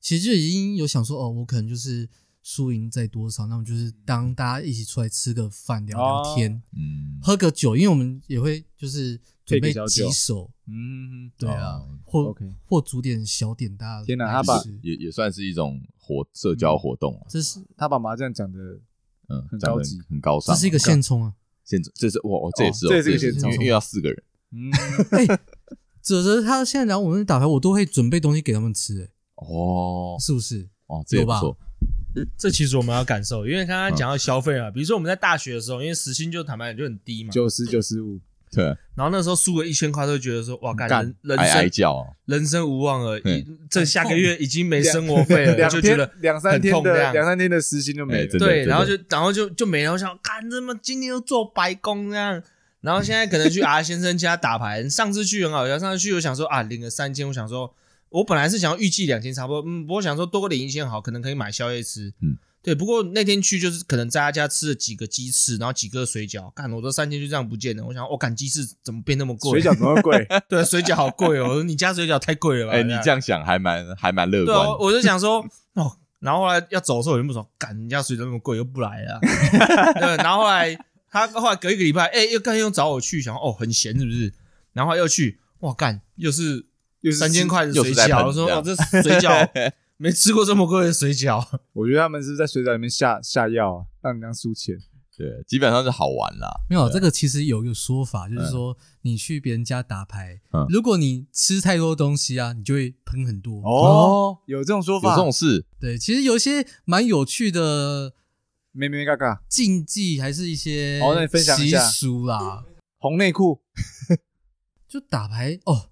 [SPEAKER 3] 其实就已经有想说哦，我可能就是输赢在多少，那我们就是当大家一起出来吃个饭聊聊
[SPEAKER 1] 哦
[SPEAKER 3] 天。
[SPEAKER 2] 嗯，
[SPEAKER 3] 喝个酒，因为我们也会就是准
[SPEAKER 1] 配
[SPEAKER 3] 备
[SPEAKER 1] 个小酒
[SPEAKER 3] 几手，
[SPEAKER 1] 嗯，
[SPEAKER 3] 对啊
[SPEAKER 2] 哦，
[SPEAKER 3] 或
[SPEAKER 1] OK
[SPEAKER 3] 或煮点小点，大家
[SPEAKER 1] 天哪
[SPEAKER 3] 来
[SPEAKER 1] 他把
[SPEAKER 3] 吃
[SPEAKER 2] 也也算是一种活社交活动啊，
[SPEAKER 3] 这是
[SPEAKER 1] 他把麻将讲的
[SPEAKER 2] 嗯，
[SPEAKER 1] 很
[SPEAKER 2] 长得
[SPEAKER 1] 高级
[SPEAKER 2] 很高尚
[SPEAKER 3] 这
[SPEAKER 2] 啊。
[SPEAKER 3] 是一个现充啊，
[SPEAKER 2] 现这是我我这也是哦
[SPEAKER 1] 这也是一个
[SPEAKER 2] 因
[SPEAKER 3] 现
[SPEAKER 2] 为
[SPEAKER 3] 场
[SPEAKER 2] 因为要四个人，
[SPEAKER 1] 嗯，
[SPEAKER 3] 哎，哲哲他现在来我们打牌，我都会准备东西给他们吃，哎，
[SPEAKER 2] 哦
[SPEAKER 3] 是不是？
[SPEAKER 2] 哦，这也不
[SPEAKER 3] 有
[SPEAKER 2] 错，
[SPEAKER 4] 这其实我们要感受，因为刚刚讲到消费啊，比如说我们在大学的时候，因为时薪就坦白讲就很低嘛，
[SPEAKER 1] 九十九十五，
[SPEAKER 2] 对，
[SPEAKER 4] 然后那时候输个一千块，都会觉得说哇，干
[SPEAKER 1] 干
[SPEAKER 4] 人人
[SPEAKER 2] 哀哀
[SPEAKER 4] 生
[SPEAKER 2] 叫哦，
[SPEAKER 4] 人生无望了，
[SPEAKER 2] 嗯
[SPEAKER 4] 一这下个月已经没生活费了，
[SPEAKER 1] 两
[SPEAKER 4] 就觉
[SPEAKER 1] 天
[SPEAKER 4] 得
[SPEAKER 1] 两三天
[SPEAKER 4] 很痛这
[SPEAKER 1] 的
[SPEAKER 4] 样
[SPEAKER 1] 两三天的时薪就没
[SPEAKER 2] 哎
[SPEAKER 1] 了，
[SPEAKER 2] 真的
[SPEAKER 4] 对，然后就然后就就没了，我想干怎么今天又做白工这样。然后现在可能去 R 先生家打牌，上次去很好笑，上次去我想说啊领个三千，我想说我本来是想要预计两千差不多，嗯，不过我想说多个领一千好，可能可以买宵夜吃，
[SPEAKER 2] 嗯，
[SPEAKER 4] 对。不过那天去就是可能在他家吃了几个鸡翅，然后几个水饺，干我这三千就这样不见了，我想我哦干、鸡翅怎么变那么贵？
[SPEAKER 1] 水饺怎么会贵？
[SPEAKER 4] 对水饺好贵哦，我说你家水饺太贵了 吧？
[SPEAKER 2] 哎，你这样想还蛮还蛮乐
[SPEAKER 4] 啊对啊，我
[SPEAKER 2] 观，
[SPEAKER 4] 我就 想说哦，然后后来要走的时候我就不爽，干人家水都那么贵又 不来了，对，然后后来他后来隔一个礼拜，哎、又干又找我去，想哦很闲是不是？然后后来又去，哇干又是
[SPEAKER 1] 又是
[SPEAKER 4] 三千
[SPEAKER 1] 吃，
[SPEAKER 4] 块的
[SPEAKER 2] 又是
[SPEAKER 4] 水
[SPEAKER 2] 在
[SPEAKER 4] 饺，
[SPEAKER 2] 喷
[SPEAKER 4] 我说
[SPEAKER 2] 这
[SPEAKER 4] 哦
[SPEAKER 2] 样
[SPEAKER 4] 这 水饺没吃过这么贵的水饺，
[SPEAKER 1] 我觉得他们是不是在水饺里面下下药啊，让你这样输钱。
[SPEAKER 2] 对，基本上是好玩啦，
[SPEAKER 3] 没有
[SPEAKER 1] 啊
[SPEAKER 3] 这个，其实有一个说法，就是
[SPEAKER 1] 嗯
[SPEAKER 3] 说你去别人家打牌
[SPEAKER 2] 嗯，
[SPEAKER 3] 如果你吃太多东西啊，你就会喷很多。
[SPEAKER 1] 哦，有这种说
[SPEAKER 2] 有
[SPEAKER 1] 法，
[SPEAKER 2] 这种事，
[SPEAKER 3] 对，其实有一些蛮有趣的
[SPEAKER 1] 没没嘎嘎，
[SPEAKER 3] 禁忌，还是一些
[SPEAKER 1] 哦那你分享一
[SPEAKER 3] 习
[SPEAKER 1] 下
[SPEAKER 3] 俗啦。
[SPEAKER 1] 红内裤，
[SPEAKER 3] 就打牌哦。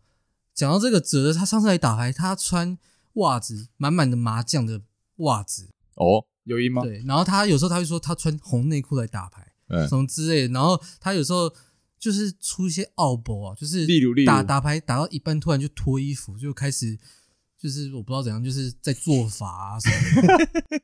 [SPEAKER 3] 讲到这个哲，他上次来打牌，他穿袜子，满满的麻将的袜子，
[SPEAKER 2] 哦，
[SPEAKER 1] 有赢吗？
[SPEAKER 3] 对。然后他有时候他会说他穿红内裤来打牌，
[SPEAKER 2] 嗯
[SPEAKER 3] 什么之类的。然后他有时候就是出一些奥博啊，就是
[SPEAKER 1] 例如例如
[SPEAKER 3] 打打牌打到一半，突然就脱衣服，就开始就是我不知道怎样，就是在做法啊什么的。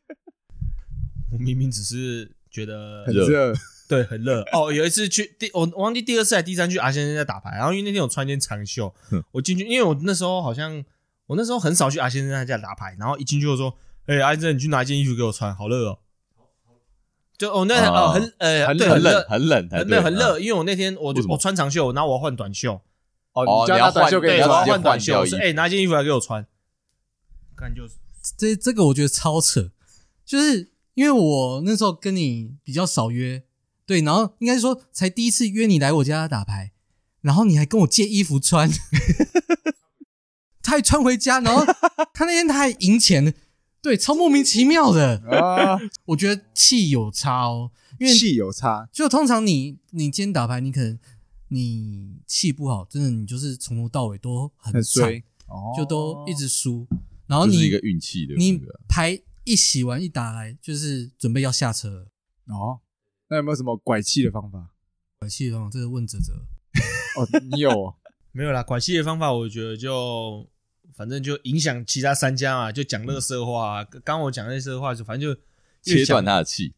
[SPEAKER 4] 我明明只是觉得
[SPEAKER 1] 很
[SPEAKER 2] 热
[SPEAKER 1] 热，
[SPEAKER 4] 对，很热哦。有一次去第，我我忘记第二次还是第三次去阿先生家打牌，然后因为那天我穿一件长袖
[SPEAKER 2] 哼，
[SPEAKER 4] 我进去，因为我那时候好像我那时候很少去阿先生他家打牌，然后一进去我说：“哎、阿先生，你去拿一件衣服给我穿，好热哦。”就哦，那
[SPEAKER 2] 哦
[SPEAKER 4] 哦很呃
[SPEAKER 2] 很
[SPEAKER 4] 对
[SPEAKER 2] 很
[SPEAKER 4] 热
[SPEAKER 2] 冷，很冷，
[SPEAKER 4] 很
[SPEAKER 2] 对啊
[SPEAKER 4] 没有很，热，因为我那天我
[SPEAKER 2] 为什么
[SPEAKER 4] 我穿长袖，然后我要换短袖，
[SPEAKER 2] 哦
[SPEAKER 1] 哦，你叫
[SPEAKER 2] 你要
[SPEAKER 1] 他短
[SPEAKER 2] 换
[SPEAKER 1] 袖给
[SPEAKER 4] 对，
[SPEAKER 1] 你
[SPEAKER 4] 我
[SPEAKER 2] 要
[SPEAKER 1] 穿
[SPEAKER 4] 要
[SPEAKER 2] 直接
[SPEAKER 4] 换短袖，
[SPEAKER 2] 换掉
[SPEAKER 4] 我说：“
[SPEAKER 2] 衣服
[SPEAKER 4] 哎、拿一件衣服来给我穿。”看就是
[SPEAKER 3] 这这个我觉得超扯，就是因为我那时候跟你比较少约，对，然后应该说才第一次约你来我家打牌，然后你还跟我借衣服穿， 他还穿回家，然后他那天他还赢钱，对，超莫名其妙的，
[SPEAKER 1] 啊，
[SPEAKER 3] 我觉得气有差哦，因为
[SPEAKER 1] 气有差，
[SPEAKER 3] 就通常你你今天打牌，你可能你气不好，真的你就是从头到尾都很
[SPEAKER 1] 很
[SPEAKER 3] 惨，
[SPEAKER 1] 衰，哦
[SPEAKER 3] 就都一直输，然
[SPEAKER 4] 哦
[SPEAKER 3] 后
[SPEAKER 2] 就
[SPEAKER 3] 你
[SPEAKER 2] 是一个运气的那
[SPEAKER 3] 你
[SPEAKER 2] 个，
[SPEAKER 3] 牌一洗完一打来，就是准备要下车了。
[SPEAKER 1] 哦。那有没有什么拐气的方法？
[SPEAKER 3] 拐气方法，这个问哲哲。
[SPEAKER 1] 哦，你有哦，
[SPEAKER 4] 没有啦，拐气的方法，我觉得就反正就影响其他三家嘛，就讲乐色话、啊。刚刚我讲乐色话，就反正就越
[SPEAKER 2] 嗯切
[SPEAKER 4] 想
[SPEAKER 2] 断，他的气，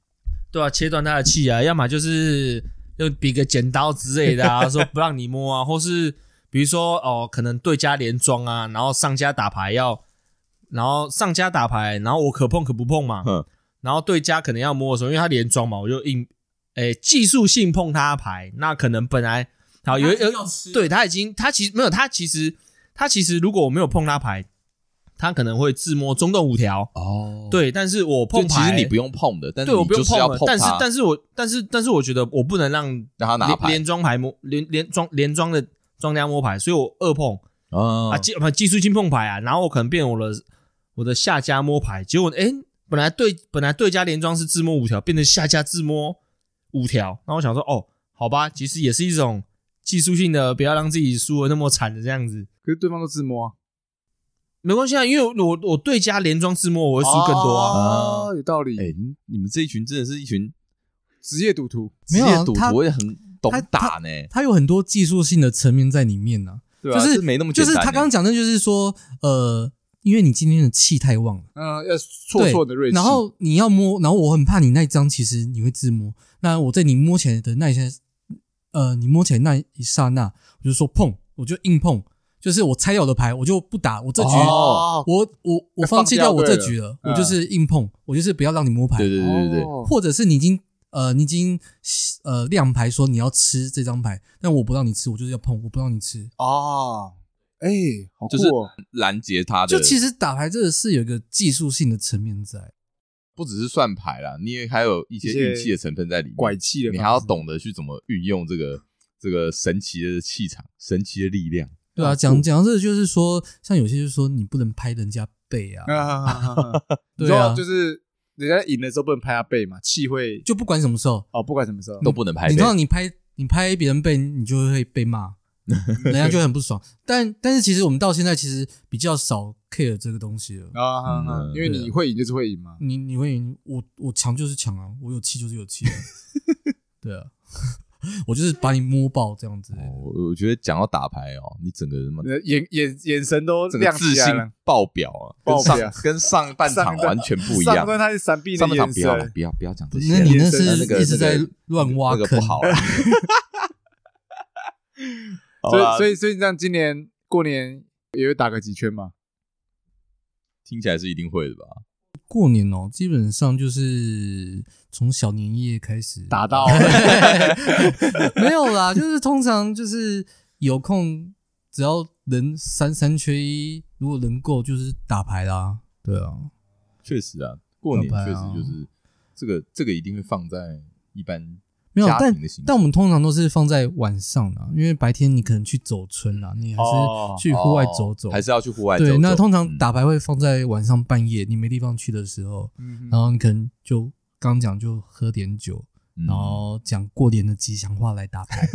[SPEAKER 4] 对啊，切断他的气啊，要么就是用比个剪刀之类的 啊，说不让你摸啊，或是比如说哦，可能对家连庄啊，然后上家打牌要，然后上家打牌，然后我可碰可不碰嘛，
[SPEAKER 2] 哼，
[SPEAKER 4] 然后对家可能要摸的时候，因为他连庄嘛，我就硬诶、技术性碰他的牌，那可能本来好有有
[SPEAKER 3] 要吃
[SPEAKER 4] 对他已经他其实没有他其实他其实如果我没有碰他牌，他可能会自摸中动五条。
[SPEAKER 2] 哦，
[SPEAKER 4] 对，但是我
[SPEAKER 2] 就
[SPEAKER 4] 碰
[SPEAKER 2] 其实
[SPEAKER 4] 牌，
[SPEAKER 2] 你不用碰的，但是
[SPEAKER 4] 对我
[SPEAKER 2] 你
[SPEAKER 4] 不
[SPEAKER 2] 就
[SPEAKER 4] 用
[SPEAKER 2] 是要
[SPEAKER 4] 了，但是
[SPEAKER 2] 它，
[SPEAKER 4] 但是我但是但是我觉得我不能让
[SPEAKER 2] 让他拿
[SPEAKER 4] 连
[SPEAKER 2] 牌
[SPEAKER 4] 连装牌摸连连装连装的庄家摸牌，所以我二碰
[SPEAKER 2] 啊
[SPEAKER 4] 啊技不技术性碰牌啊，然后我可能变我的我的下家摸牌，结果诶本来对本来对家连庄是自摸五条，变成下家自摸五条，那我想说哦，好吧，其实也是一种技术性的，不要让自己输的那么惨的这样子。
[SPEAKER 1] 可是对方都自摸啊，
[SPEAKER 4] 没关系啊，因为我我对家连庄自摸，我会输更多啊。
[SPEAKER 1] 哦有道理。
[SPEAKER 2] 哎，你你们这一群真的是一群
[SPEAKER 1] 职业赌徒，
[SPEAKER 2] 职
[SPEAKER 3] 没有啊
[SPEAKER 2] 业赌
[SPEAKER 3] 他
[SPEAKER 2] 徒，也很懂
[SPEAKER 3] 他
[SPEAKER 2] 打呢，
[SPEAKER 3] 它有很多技术性的层面在里面呢、
[SPEAKER 1] 对吧
[SPEAKER 2] 对啊？
[SPEAKER 3] 就是
[SPEAKER 2] 这没那么简
[SPEAKER 3] 就是
[SPEAKER 2] 单呢。
[SPEAKER 3] 他刚刚讲的，就是说，呃，因为你今天的气太旺了，
[SPEAKER 1] 嗯，要挫
[SPEAKER 3] 对，
[SPEAKER 1] 挫你的锐气，哦
[SPEAKER 3] 然后你要摸，然后我很怕你那一张，其实你会自摸。那我在你摸起来的那一下，呃，你摸起来那一刹那，我就说碰，我就硬碰，就是我拆掉我的牌，我就不打，我这局、
[SPEAKER 1] 哦
[SPEAKER 3] 我我我放弃掉我这局了，
[SPEAKER 1] 放掉对了
[SPEAKER 3] 我就是硬碰，我就是不要让你摸牌，
[SPEAKER 2] 对对对对对，
[SPEAKER 1] 哦
[SPEAKER 3] 或者是你已经呃你已经呃亮牌说你要吃这张牌，但我不让你吃，我就是要碰，我不让你吃。
[SPEAKER 1] 哦，哎，好酷
[SPEAKER 2] 就是
[SPEAKER 1] 哦！
[SPEAKER 2] 拦截他的，
[SPEAKER 3] 就其实打牌这个是有一个技术性的层面在，
[SPEAKER 2] 不只是算牌啦，你也还有一些
[SPEAKER 1] 一些
[SPEAKER 2] 运气的成分在里面，
[SPEAKER 1] 拐气的
[SPEAKER 2] 你
[SPEAKER 1] 方
[SPEAKER 2] 还
[SPEAKER 1] 式
[SPEAKER 2] 要懂得去怎么运用这个这个神奇的气场、神奇的力量。
[SPEAKER 3] 对啊，讲讲到这个就是说，像有些就是说你不能拍人家背啊，
[SPEAKER 1] 啊，你
[SPEAKER 3] 对啊
[SPEAKER 1] 说就是人家赢的时候不能拍他背嘛，气会
[SPEAKER 3] 就不管什么时候，
[SPEAKER 1] 哦，不管什么时候
[SPEAKER 2] 都不能拍
[SPEAKER 3] 嗯你
[SPEAKER 2] 背
[SPEAKER 3] 知道你拍你拍别人背，你就会被骂，人家就会很不爽。但但是其实我们到现在其实比较少 care 这个东西了。
[SPEAKER 1] 啊哈哈
[SPEAKER 2] 嗯，
[SPEAKER 1] 因为
[SPEAKER 3] 对
[SPEAKER 1] 你
[SPEAKER 3] 啊
[SPEAKER 1] 会赢就是会赢嘛。
[SPEAKER 3] 你你会赢，我我强就是强啊，我有气就是有气、 啊，对啊，我就是把你摸爆这样子。
[SPEAKER 2] 哦我我觉得讲到打牌哦，你整个人嘛，
[SPEAKER 1] 呃眼眼眼神都
[SPEAKER 2] 整个
[SPEAKER 1] 亮
[SPEAKER 2] 自
[SPEAKER 1] 起
[SPEAKER 2] 信
[SPEAKER 1] 来了。
[SPEAKER 2] 爆表啊，
[SPEAKER 1] 爆
[SPEAKER 2] 跟
[SPEAKER 1] 表
[SPEAKER 2] 上跟上半
[SPEAKER 1] 上
[SPEAKER 2] 场
[SPEAKER 1] 半
[SPEAKER 2] 完全不一
[SPEAKER 1] 上
[SPEAKER 2] 样。
[SPEAKER 1] 段他是闪避你
[SPEAKER 2] 上
[SPEAKER 1] 的
[SPEAKER 2] 半
[SPEAKER 1] 眼
[SPEAKER 2] 场不要了
[SPEAKER 1] 神，，
[SPEAKER 2] 不要不要讲这些
[SPEAKER 3] 那
[SPEAKER 2] 了，
[SPEAKER 3] 你那
[SPEAKER 1] 眼神
[SPEAKER 3] 是
[SPEAKER 2] 那个
[SPEAKER 3] 一直在
[SPEAKER 2] 那个
[SPEAKER 3] 乱挖
[SPEAKER 2] 那个
[SPEAKER 3] 坑
[SPEAKER 2] 不，好啊。
[SPEAKER 1] 所以所
[SPEAKER 2] 以
[SPEAKER 1] 以所以这样今年过年也会打个几圈嘛？
[SPEAKER 2] 听起来是一定会的吧？
[SPEAKER 3] 过年哦，基本上就是从小年夜开始
[SPEAKER 1] 打 到
[SPEAKER 3] 没有啦，就是通常就是有空，只要人三三缺一，如果能够就是打牌啦。对啊，
[SPEAKER 2] 确实啊，过年
[SPEAKER 3] 打牌
[SPEAKER 2] 确实
[SPEAKER 3] 啊
[SPEAKER 2] 就是这个这个一定会放在一般
[SPEAKER 3] 没有，
[SPEAKER 2] 家
[SPEAKER 3] 但
[SPEAKER 2] 庭的形式
[SPEAKER 3] 但我们通常都是放在晚上啦，因为白天你可能去走村啦，你还
[SPEAKER 1] 哦
[SPEAKER 3] 是去户外走走，
[SPEAKER 2] 哦还是要去户外走走。
[SPEAKER 3] 对。那通常
[SPEAKER 2] 嗯
[SPEAKER 3] 打牌会放在晚上半夜，你没地方去的时候，
[SPEAKER 1] 嗯
[SPEAKER 3] 然后你可能就刚讲就喝点酒，
[SPEAKER 2] 嗯
[SPEAKER 3] 然后讲过年的吉祥话来打 牌。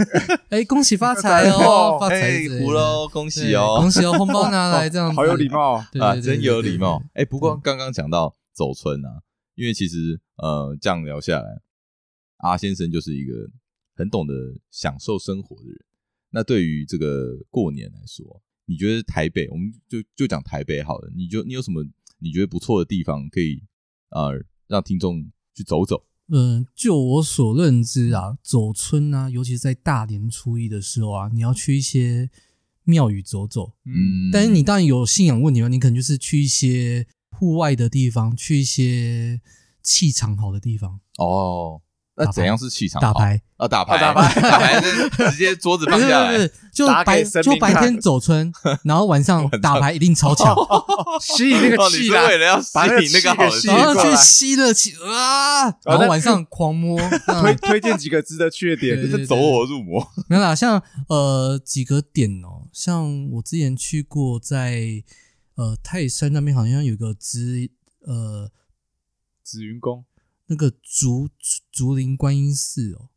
[SPEAKER 3] 哎，恭喜发财哦，发财
[SPEAKER 2] 哎
[SPEAKER 3] 之类的
[SPEAKER 2] 胡喽，恭
[SPEAKER 3] 对
[SPEAKER 2] 喜哦，
[SPEAKER 3] 恭喜哦，红包拿 来这样子，
[SPEAKER 1] 好有礼貌哦，
[SPEAKER 3] 对，对
[SPEAKER 2] 啊，
[SPEAKER 3] 对
[SPEAKER 2] 真
[SPEAKER 3] 对
[SPEAKER 2] 有
[SPEAKER 3] 对嗯
[SPEAKER 2] 礼
[SPEAKER 3] 对
[SPEAKER 2] 貌。哎，不过刚刚讲到走村啊，因为其实呃，这样聊下来，阿先生就是一个很懂得享受生活的人。那对于这个过年来说，你觉得台北，我们就就讲台北好了，你就你有什么你觉得不错的地方可以呃让听众去走走？
[SPEAKER 3] 嗯，就我所认知啊，走村啊，尤其是在大年初一的时候啊，你要去一些庙宇走走。
[SPEAKER 1] 嗯，
[SPEAKER 3] 但是你当然有信仰问题嘛，你可能就是去一些户外的地方，去一些气场好的地方
[SPEAKER 2] 哦，那
[SPEAKER 3] 打牌
[SPEAKER 2] 怎样是气场
[SPEAKER 3] 打
[SPEAKER 2] 好
[SPEAKER 3] 牌。
[SPEAKER 2] 啊？打牌，
[SPEAKER 1] 打
[SPEAKER 2] 牌，打牌 是直接桌子
[SPEAKER 3] 不
[SPEAKER 2] 放
[SPEAKER 3] 是
[SPEAKER 2] 下
[SPEAKER 3] 不
[SPEAKER 2] 来
[SPEAKER 3] 是，不是，就
[SPEAKER 1] 打
[SPEAKER 3] 白
[SPEAKER 1] 给神
[SPEAKER 3] 就
[SPEAKER 1] 明
[SPEAKER 3] 白
[SPEAKER 1] 看
[SPEAKER 3] 天走村，然后晚上打牌一定超强，
[SPEAKER 1] 吸引那个
[SPEAKER 2] 哦，你
[SPEAKER 1] 气
[SPEAKER 2] 是
[SPEAKER 1] 啦，
[SPEAKER 2] 为了要吸
[SPEAKER 1] 把那个
[SPEAKER 2] 引那个
[SPEAKER 1] 气给吸引
[SPEAKER 2] 好的气
[SPEAKER 3] 然后
[SPEAKER 1] 过
[SPEAKER 3] 去
[SPEAKER 1] 来
[SPEAKER 3] 吸了气啊，然后
[SPEAKER 1] 那
[SPEAKER 3] 晚上狂摸，嗯
[SPEAKER 1] 推推荐几个值得去的
[SPEAKER 3] 对
[SPEAKER 1] 点
[SPEAKER 3] 对，
[SPEAKER 2] 是走火入魔。
[SPEAKER 3] 没有啦，像呃几个点哦，像我之前去过在呃泰山那边，好像有个紫呃
[SPEAKER 1] 紫云宫
[SPEAKER 3] 那个竹竹林观音寺哦，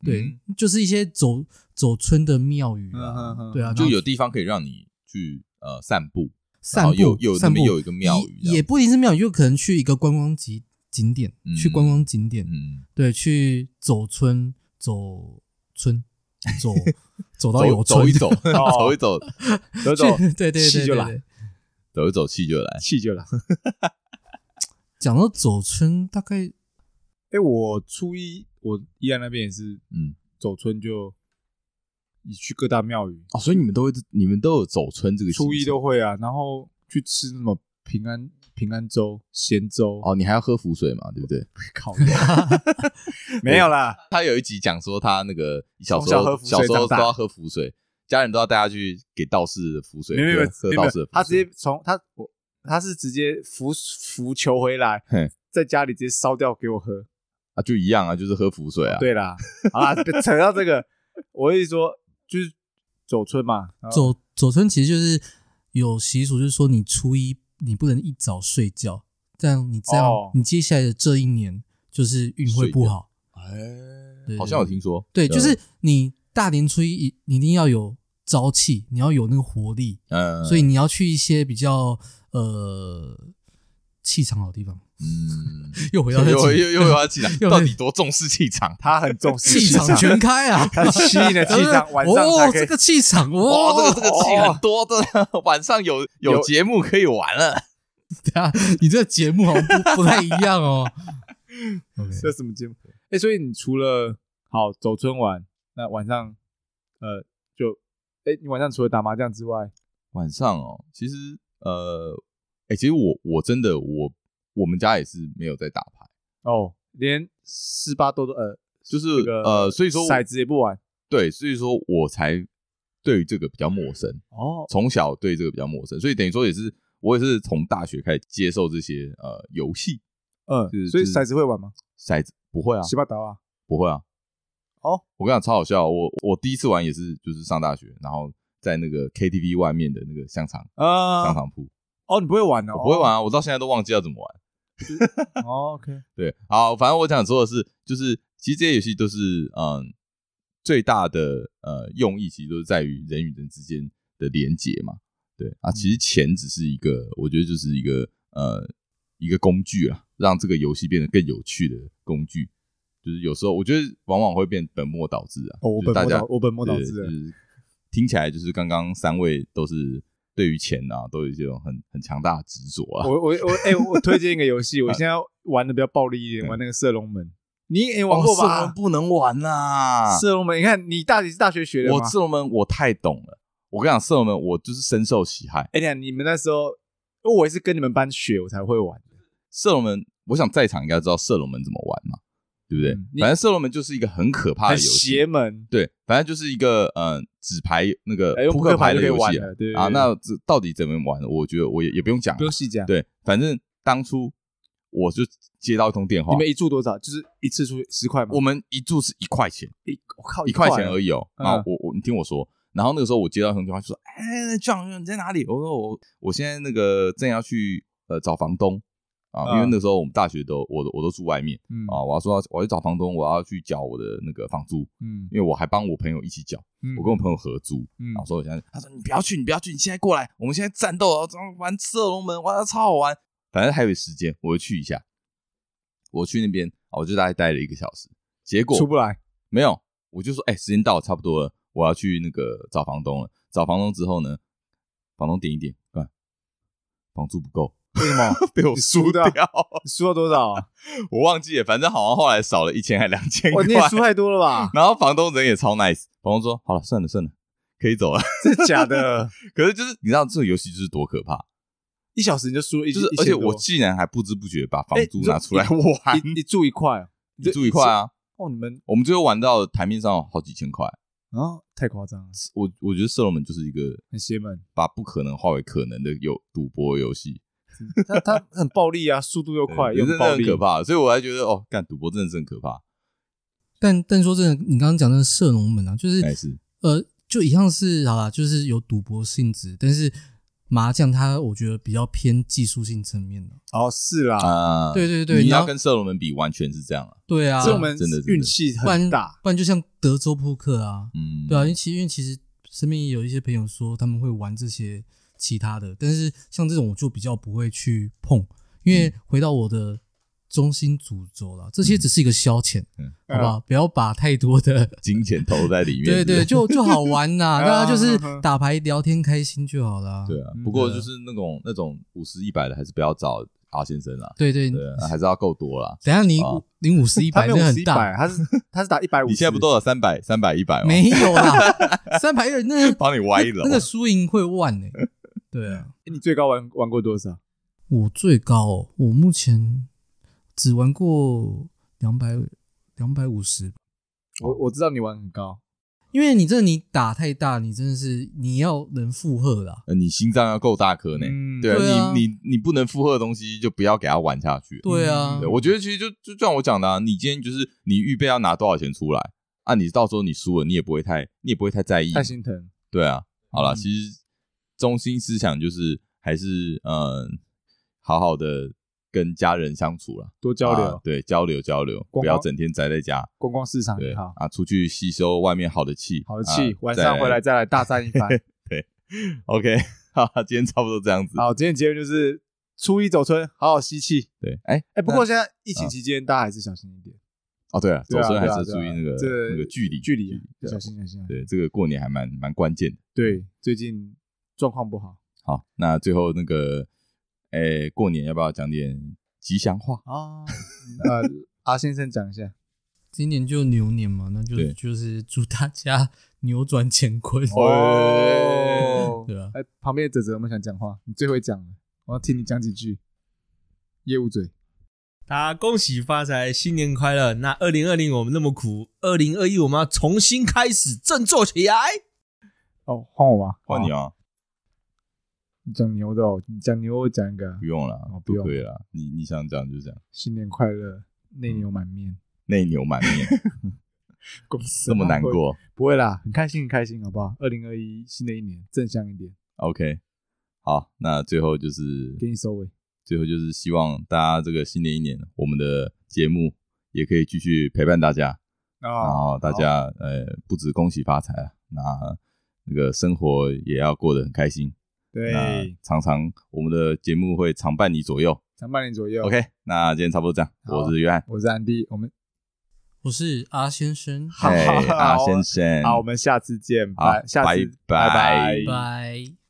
[SPEAKER 2] 嗯
[SPEAKER 3] 对，就是一些走走村的庙宇啊，
[SPEAKER 1] 嗯嗯嗯
[SPEAKER 3] 对啊，
[SPEAKER 2] 就
[SPEAKER 3] 然后
[SPEAKER 2] 有地方可以让你去呃散步，然
[SPEAKER 3] 散
[SPEAKER 2] 后
[SPEAKER 3] 步，
[SPEAKER 2] 又又那
[SPEAKER 3] 散步
[SPEAKER 2] 边又有一个庙宇这样，
[SPEAKER 3] 也也不一定是庙宇，就可能去一个观光景景点，
[SPEAKER 2] 嗯
[SPEAKER 3] 去观光景点，
[SPEAKER 2] 嗯，
[SPEAKER 3] 对，去走村走村 走走到有
[SPEAKER 2] 走走
[SPEAKER 3] 村
[SPEAKER 2] 一走，
[SPEAKER 3] 去
[SPEAKER 2] 走一走，
[SPEAKER 1] 走走
[SPEAKER 3] 对对对
[SPEAKER 1] 气
[SPEAKER 3] 对
[SPEAKER 1] 就
[SPEAKER 3] 对
[SPEAKER 1] 来
[SPEAKER 3] 对。
[SPEAKER 2] 走一走，气就来。
[SPEAKER 1] 气就来。
[SPEAKER 3] 讲到走村，大概
[SPEAKER 1] 哎，我初一我依然那边也是
[SPEAKER 2] 嗯，
[SPEAKER 1] 走村就你去各大庙宇，
[SPEAKER 2] 哦，所以你们都会，你们都有走村这个
[SPEAKER 1] 初一
[SPEAKER 2] 行
[SPEAKER 1] 都
[SPEAKER 2] 程
[SPEAKER 1] 会啊，然后去吃什么平安平安粥、咸粥，
[SPEAKER 2] 哦，你还要喝符水嘛，对不对？
[SPEAKER 1] 靠腰， 没有啦，
[SPEAKER 2] 他有一集讲说他那个小时
[SPEAKER 1] 从小喝
[SPEAKER 2] 候
[SPEAKER 1] 符水
[SPEAKER 2] 小时候
[SPEAKER 1] 长大
[SPEAKER 2] 都要喝符水，家人都要带他去给道士的符水，
[SPEAKER 1] 没有没有没
[SPEAKER 2] 啊喝
[SPEAKER 1] 有
[SPEAKER 2] 喝
[SPEAKER 1] 没
[SPEAKER 2] 道
[SPEAKER 1] 有
[SPEAKER 2] 士的符水，
[SPEAKER 1] 他直接从他我他是直接扶扶球回来
[SPEAKER 2] 嘿，
[SPEAKER 1] 在家里直接烧掉给我喝。
[SPEAKER 2] 啊就一样啊，就是喝符水啊，
[SPEAKER 1] 哦对啦，好啦，扯到这个，我一说就是走村嘛，然后
[SPEAKER 3] 走走村其实就是有习俗，就是说你初一你不能一早睡觉，这样你这样、
[SPEAKER 1] 哦
[SPEAKER 3] 你接下来的这一年就是运会不好。
[SPEAKER 2] 哎
[SPEAKER 3] 对
[SPEAKER 2] 好像有听说，
[SPEAKER 3] 对，就是你大年初一一你一定要有朝气，你要有那个活力，
[SPEAKER 2] 嗯，
[SPEAKER 3] 所以你要去一些比较呃气场好的地方。
[SPEAKER 2] 嗯，
[SPEAKER 3] 又回到
[SPEAKER 2] 又
[SPEAKER 3] 那
[SPEAKER 2] 又
[SPEAKER 3] 集
[SPEAKER 2] 又又要气场，
[SPEAKER 3] 又
[SPEAKER 2] 到底多重视气场？
[SPEAKER 1] 他很重视
[SPEAKER 3] 气场全 开啊！
[SPEAKER 1] 他吸引了气 场，晚上
[SPEAKER 3] 哦
[SPEAKER 1] 才，可以
[SPEAKER 3] 这个气场
[SPEAKER 2] 哇，这
[SPEAKER 3] 哦，
[SPEAKER 2] 个这个气很多 的，晚上有有
[SPEAKER 1] 有
[SPEAKER 2] 节目可以玩了。
[SPEAKER 3] 等一下你这个节目好像不不太一 样哦。
[SPEAKER 1] 这什么节目？哎、所以你除了好走春玩，那晚上呃就哎、你晚上除了打麻将之外，
[SPEAKER 2] 晚上哦，其实呃，哎，其实我我真的我我们家也是没有在打牌，
[SPEAKER 1] 哦，连十八豆都呃
[SPEAKER 2] 就是
[SPEAKER 1] 那个
[SPEAKER 2] 呃，所以说
[SPEAKER 1] 骰子也不玩
[SPEAKER 2] 对，所以说我才对于这个比较陌生，
[SPEAKER 1] 哦，
[SPEAKER 2] 从小对这个比较陌生，所以等于说也是我也是从大学开始接受这些呃游戏
[SPEAKER 1] 嗯
[SPEAKER 2] 就是，
[SPEAKER 1] 所以
[SPEAKER 2] 就是
[SPEAKER 1] 骰子会玩吗？
[SPEAKER 2] 骰子，不会啊，
[SPEAKER 1] 十八岛啊，
[SPEAKER 2] 不会啊。
[SPEAKER 1] 哦，
[SPEAKER 2] 我跟你讲超好笑，我我第一次玩也是就是上大学，然后在那个 KTV 外面的那个香肠香
[SPEAKER 1] 啊、
[SPEAKER 2] 肠铺，
[SPEAKER 1] 哦，你不会玩哦，
[SPEAKER 2] 我不会玩啊，我到现在都忘记要怎么玩。
[SPEAKER 1] 哦，OK，
[SPEAKER 2] 对，好，反正我想说的是，就是其实这些游戏都是嗯，最大的呃用意其实都是在于人与人之间的连结嘛。对
[SPEAKER 1] 嗯
[SPEAKER 2] 啊，其实钱只是一个，我觉得就是一个呃一个工具啊，让这个游戏变得更有趣的工具。就是有时候我觉得往往会变本末倒置 啊，
[SPEAKER 1] 哦，我
[SPEAKER 2] 就是
[SPEAKER 1] 本
[SPEAKER 2] 大
[SPEAKER 1] 末
[SPEAKER 2] 家
[SPEAKER 1] 倒我本末倒
[SPEAKER 2] 对
[SPEAKER 1] 置
[SPEAKER 2] 就
[SPEAKER 1] 了，
[SPEAKER 2] 是听起来就是刚刚三位都是对于钱啊，都有一种很很强大的执着啊。
[SPEAKER 1] 我我我哎、我推荐一个游戏，我现在玩的比较暴力一点，
[SPEAKER 2] 嗯
[SPEAKER 1] 玩那个射龙门，你也玩
[SPEAKER 2] 哦
[SPEAKER 1] 过
[SPEAKER 2] 射龙
[SPEAKER 1] 吧
[SPEAKER 2] 门？不能玩啦，
[SPEAKER 1] 射龙门，你看你大你是大学学的吗？
[SPEAKER 2] 我射龙门我太懂了，我跟你讲，射龙门我就是深受其害。
[SPEAKER 1] 哎、欸，你们那时候，因为我也是跟你们班学，我才会玩。
[SPEAKER 2] 射龙门，我想在场应该知道射龙门怎么玩嘛，对不对？
[SPEAKER 1] 嗯你
[SPEAKER 2] 反正射龙门就是一个很可怕的
[SPEAKER 1] 很
[SPEAKER 2] 游
[SPEAKER 1] 邪
[SPEAKER 2] 戏，
[SPEAKER 1] 门，
[SPEAKER 2] 对，反正就是一个呃纸牌那个
[SPEAKER 1] 哎用
[SPEAKER 2] 扑
[SPEAKER 1] 扑克牌
[SPEAKER 2] 牌
[SPEAKER 1] 就
[SPEAKER 2] 的
[SPEAKER 1] 可以
[SPEAKER 2] 游
[SPEAKER 1] 玩
[SPEAKER 2] 戏
[SPEAKER 1] 了对对
[SPEAKER 2] 啊。
[SPEAKER 1] 对
[SPEAKER 2] 那这到底怎么玩？我觉得我也也不用讲
[SPEAKER 1] 不
[SPEAKER 2] 了
[SPEAKER 1] 用，细讲。，
[SPEAKER 2] 对，反正当初我就接到一通电话
[SPEAKER 1] 你，们一注多少？就是一次出十块吗？
[SPEAKER 2] 我们一注是一块钱，
[SPEAKER 1] 一我靠
[SPEAKER 2] 一块钱
[SPEAKER 1] 已。
[SPEAKER 2] 而已哦。
[SPEAKER 1] 嗯
[SPEAKER 2] 然后我我你听我说，然后那个时候我接到一通电话，就说：“哎，壮你在哪里？”我说：“我我现在那个正要去呃找房东
[SPEAKER 1] 嗯
[SPEAKER 2] 啊，因为那时候我们大学都我都我都住外面
[SPEAKER 1] 嗯
[SPEAKER 2] 啊，我要说要我要去找房东，我要去缴我的那个房租，
[SPEAKER 1] 嗯
[SPEAKER 2] 因为我还帮我朋友一起缴，
[SPEAKER 1] 嗯
[SPEAKER 2] 我跟我朋友合租。
[SPEAKER 1] 嗯
[SPEAKER 2] 然后说我现在他说你不要去，你不要去，你现在过来，我们现在战斗，哦然后玩射龙门，哇，超好玩。反正还有时间，我就去一下。我去那边，啊我就大概待了一个小时，结果
[SPEAKER 1] 嗯出不来。
[SPEAKER 2] 没有，我就说，哎、时间到了，差不多了，我要去那个找房东了。找房东之后呢，房东点一点，看房租不够，
[SPEAKER 1] 为什么？
[SPEAKER 2] 被我
[SPEAKER 1] 你输的
[SPEAKER 2] 掉，
[SPEAKER 1] 啊你输到多少啊？
[SPEAKER 2] 我忘记了，反正好像后来少了一千还两千
[SPEAKER 1] 哇，
[SPEAKER 2] 块
[SPEAKER 1] 哦你。也输太多了
[SPEAKER 2] ？
[SPEAKER 1] 啊吧
[SPEAKER 2] 然后房东人也超 nice，房东说，好了，算了算了，可以走了。
[SPEAKER 1] 真的假的？
[SPEAKER 2] 可是就是你知道这种游戏就是多可怕，
[SPEAKER 1] 一小时你就输了一，
[SPEAKER 2] 就是
[SPEAKER 1] 一千
[SPEAKER 2] 而且
[SPEAKER 1] 多
[SPEAKER 2] 我竟然还不知不觉把房
[SPEAKER 1] 哎
[SPEAKER 2] 租
[SPEAKER 1] 你说
[SPEAKER 2] 拿出来
[SPEAKER 1] 一
[SPEAKER 2] 玩，
[SPEAKER 1] 一一注一块啊，
[SPEAKER 2] 你住一块啊，
[SPEAKER 1] 哦，你们
[SPEAKER 2] 我们最后玩到台面上有好几千块。
[SPEAKER 1] 啊太夸张了，
[SPEAKER 2] 我我觉得射龙门就是一个
[SPEAKER 1] 很邪门。
[SPEAKER 2] 把不可能化为可能的有赌博游戏，
[SPEAKER 1] 他他很暴力啊，速度又
[SPEAKER 2] 对
[SPEAKER 1] 快
[SPEAKER 2] 也
[SPEAKER 1] 又
[SPEAKER 2] 真的
[SPEAKER 1] 暴
[SPEAKER 2] 很
[SPEAKER 1] 力，
[SPEAKER 2] 可。怕。所以我才觉得哦，干赌博真的是很可怕。
[SPEAKER 3] 但但说真的，你刚刚讲的射龙门啊，就是
[SPEAKER 2] 哎是
[SPEAKER 3] 呃，就一样是好啦，就是有赌博性质，但是麻将它我觉得比较偏技术性层面的。
[SPEAKER 1] 哦，是啦，
[SPEAKER 2] 啊
[SPEAKER 3] 对对对
[SPEAKER 2] 你
[SPEAKER 3] 然
[SPEAKER 2] 要
[SPEAKER 3] 后
[SPEAKER 2] 跟射龙门比，完全是这样啊。
[SPEAKER 3] 对啊，
[SPEAKER 1] 所以我们
[SPEAKER 2] 真的真的
[SPEAKER 1] 运气
[SPEAKER 3] 不然
[SPEAKER 1] 很大。
[SPEAKER 3] 不然就像德州扑克啊，
[SPEAKER 2] 嗯，
[SPEAKER 3] 对啊，因为其因为其实身边也有一些朋友说他们会玩这些其他的，但是像这种我就比较不会去碰，因为回到我的中心主轴了，这些只是一个消遣，
[SPEAKER 2] 嗯
[SPEAKER 3] 好不好？不要把太多的
[SPEAKER 2] 金钱投在里面。
[SPEAKER 3] 对对，
[SPEAKER 2] 是
[SPEAKER 3] 就就好玩呐，
[SPEAKER 1] 啊
[SPEAKER 3] 大家就是
[SPEAKER 1] 啊啊
[SPEAKER 3] 打牌聊天开心就好啦。
[SPEAKER 2] 不是对啊
[SPEAKER 1] 嗯。
[SPEAKER 2] 不过就是那种那种五十一百的，还是不要找阿先生啦。
[SPEAKER 3] 对对，
[SPEAKER 2] 对啊，还是要够多啦。
[SPEAKER 3] 等一下你
[SPEAKER 2] 啊
[SPEAKER 3] 你五十一
[SPEAKER 1] 他
[SPEAKER 3] 百
[SPEAKER 1] 没
[SPEAKER 3] 那
[SPEAKER 1] 有
[SPEAKER 3] 很
[SPEAKER 1] 一
[SPEAKER 3] 大，
[SPEAKER 1] 百，他是他是打一百五。
[SPEAKER 2] 你现在不都有三百、三百、一百吗？哦
[SPEAKER 3] 没有啦，三百人那
[SPEAKER 2] 帮你歪了哦
[SPEAKER 3] 欸那个输赢会万呢。对啊，
[SPEAKER 1] 哎欸你最高玩玩过多少？
[SPEAKER 3] 我最高、哦，我目前只玩过两百两百五十，
[SPEAKER 1] 我我知道你玩很高，
[SPEAKER 3] 因为你真的你打太大，你真的是你要能负荷啦。
[SPEAKER 2] 呃，你心脏要够大颗呢，
[SPEAKER 1] 嗯
[SPEAKER 2] 对
[SPEAKER 3] 对啊
[SPEAKER 2] 你你你不能负荷的东西就不要给它玩下去。
[SPEAKER 3] 对啊，
[SPEAKER 2] 嗯对，我觉得其实就就像我讲的、啊，你今天就是你预备要拿多少钱出来啊，你到时候你输了，你也不会太你也不会太在意，
[SPEAKER 1] 太心疼。
[SPEAKER 2] 对啊，好了，
[SPEAKER 1] 嗯
[SPEAKER 2] 其实中心思想就是还是嗯，好好的跟家人相处啦，
[SPEAKER 1] 多交流
[SPEAKER 2] 啊对，交流交流，
[SPEAKER 1] 光
[SPEAKER 2] 不要
[SPEAKER 1] 光
[SPEAKER 2] 整天宅在家，
[SPEAKER 1] 逛逛市场
[SPEAKER 2] 对
[SPEAKER 1] 也好，
[SPEAKER 2] 啊，出去吸收外面好的气，
[SPEAKER 1] 好的
[SPEAKER 2] 啊
[SPEAKER 1] 气，晚上回来。再来大战一 番。
[SPEAKER 2] 再 OK，哈哈，今天差不多这样子。
[SPEAKER 1] 好，今天结论就是初一走春，好好吸气。
[SPEAKER 2] 对，哎
[SPEAKER 1] 哎，不过
[SPEAKER 2] 那
[SPEAKER 1] 现在疫情期间，大家还是小心一点，
[SPEAKER 2] 哦，对了，走
[SPEAKER 1] 对啊
[SPEAKER 2] 村还
[SPEAKER 1] 对啊
[SPEAKER 2] 是
[SPEAKER 1] 对
[SPEAKER 2] 注意
[SPEAKER 1] 啊
[SPEAKER 2] 那个
[SPEAKER 1] 这
[SPEAKER 2] 那个距离
[SPEAKER 1] 距离啊
[SPEAKER 2] 对啊
[SPEAKER 1] 小心小心。
[SPEAKER 2] 对，这个过年还蛮蛮关键的。
[SPEAKER 1] 对，最近状况不好
[SPEAKER 2] 好，那最后那个，哎，过年要不要讲点吉祥话？
[SPEAKER 1] 啊。呃，阿先生讲一下，
[SPEAKER 3] 今年就牛年嘛，那 就
[SPEAKER 2] 对
[SPEAKER 3] 就是祝大家扭转乾坤。
[SPEAKER 2] 哦
[SPEAKER 1] 哦，
[SPEAKER 3] 对啊
[SPEAKER 1] 哎，旁边的哲哲有没有想讲话？你最会讲了，我要听你讲几句。业务嘴，
[SPEAKER 4] 他恭喜发财，新年快乐！那二零二零我们那么苦，二零二一我们要重新开始，振作起来！
[SPEAKER 1] 哦，换我吧，
[SPEAKER 2] 换你
[SPEAKER 1] 哦。
[SPEAKER 2] 啊，
[SPEAKER 1] 你讲牛的，哦，你讲牛，我讲一个啊
[SPEAKER 2] 不。用了
[SPEAKER 1] 哦，不
[SPEAKER 2] 不
[SPEAKER 1] 用
[SPEAKER 2] 可以了。你你想讲就讲，
[SPEAKER 1] 新年快乐，内
[SPEAKER 2] 嗯
[SPEAKER 1] 牛满 面。
[SPEAKER 2] 内牛满 面，
[SPEAKER 1] 公司
[SPEAKER 2] 这么难？过。
[SPEAKER 1] 不会啦，很开心，很开心，好不好？二零二一新的一年，正向一点，
[SPEAKER 2] OK，好，那最后就是
[SPEAKER 1] 给你收尾。
[SPEAKER 2] 最后就是希望大家这个新的一年，我们的节目也可以继续陪伴大家，然后大家呃不止恭喜发财啊，那那个生活也要过得很开心。那
[SPEAKER 1] 对，
[SPEAKER 2] 常常我们的节目会常伴你左右。
[SPEAKER 1] 三半年左右。
[SPEAKER 2] OK，那今天差不多这样，
[SPEAKER 1] 好
[SPEAKER 2] 我是约翰，
[SPEAKER 1] 我是安迪，我们
[SPEAKER 3] 我是阿先生，
[SPEAKER 1] 好
[SPEAKER 2] 哎嘿阿
[SPEAKER 1] 好
[SPEAKER 2] 先生，
[SPEAKER 1] 好，我们下次见，
[SPEAKER 2] 好
[SPEAKER 1] 拜，下次
[SPEAKER 2] 拜
[SPEAKER 1] 拜
[SPEAKER 2] 拜
[SPEAKER 3] 拜。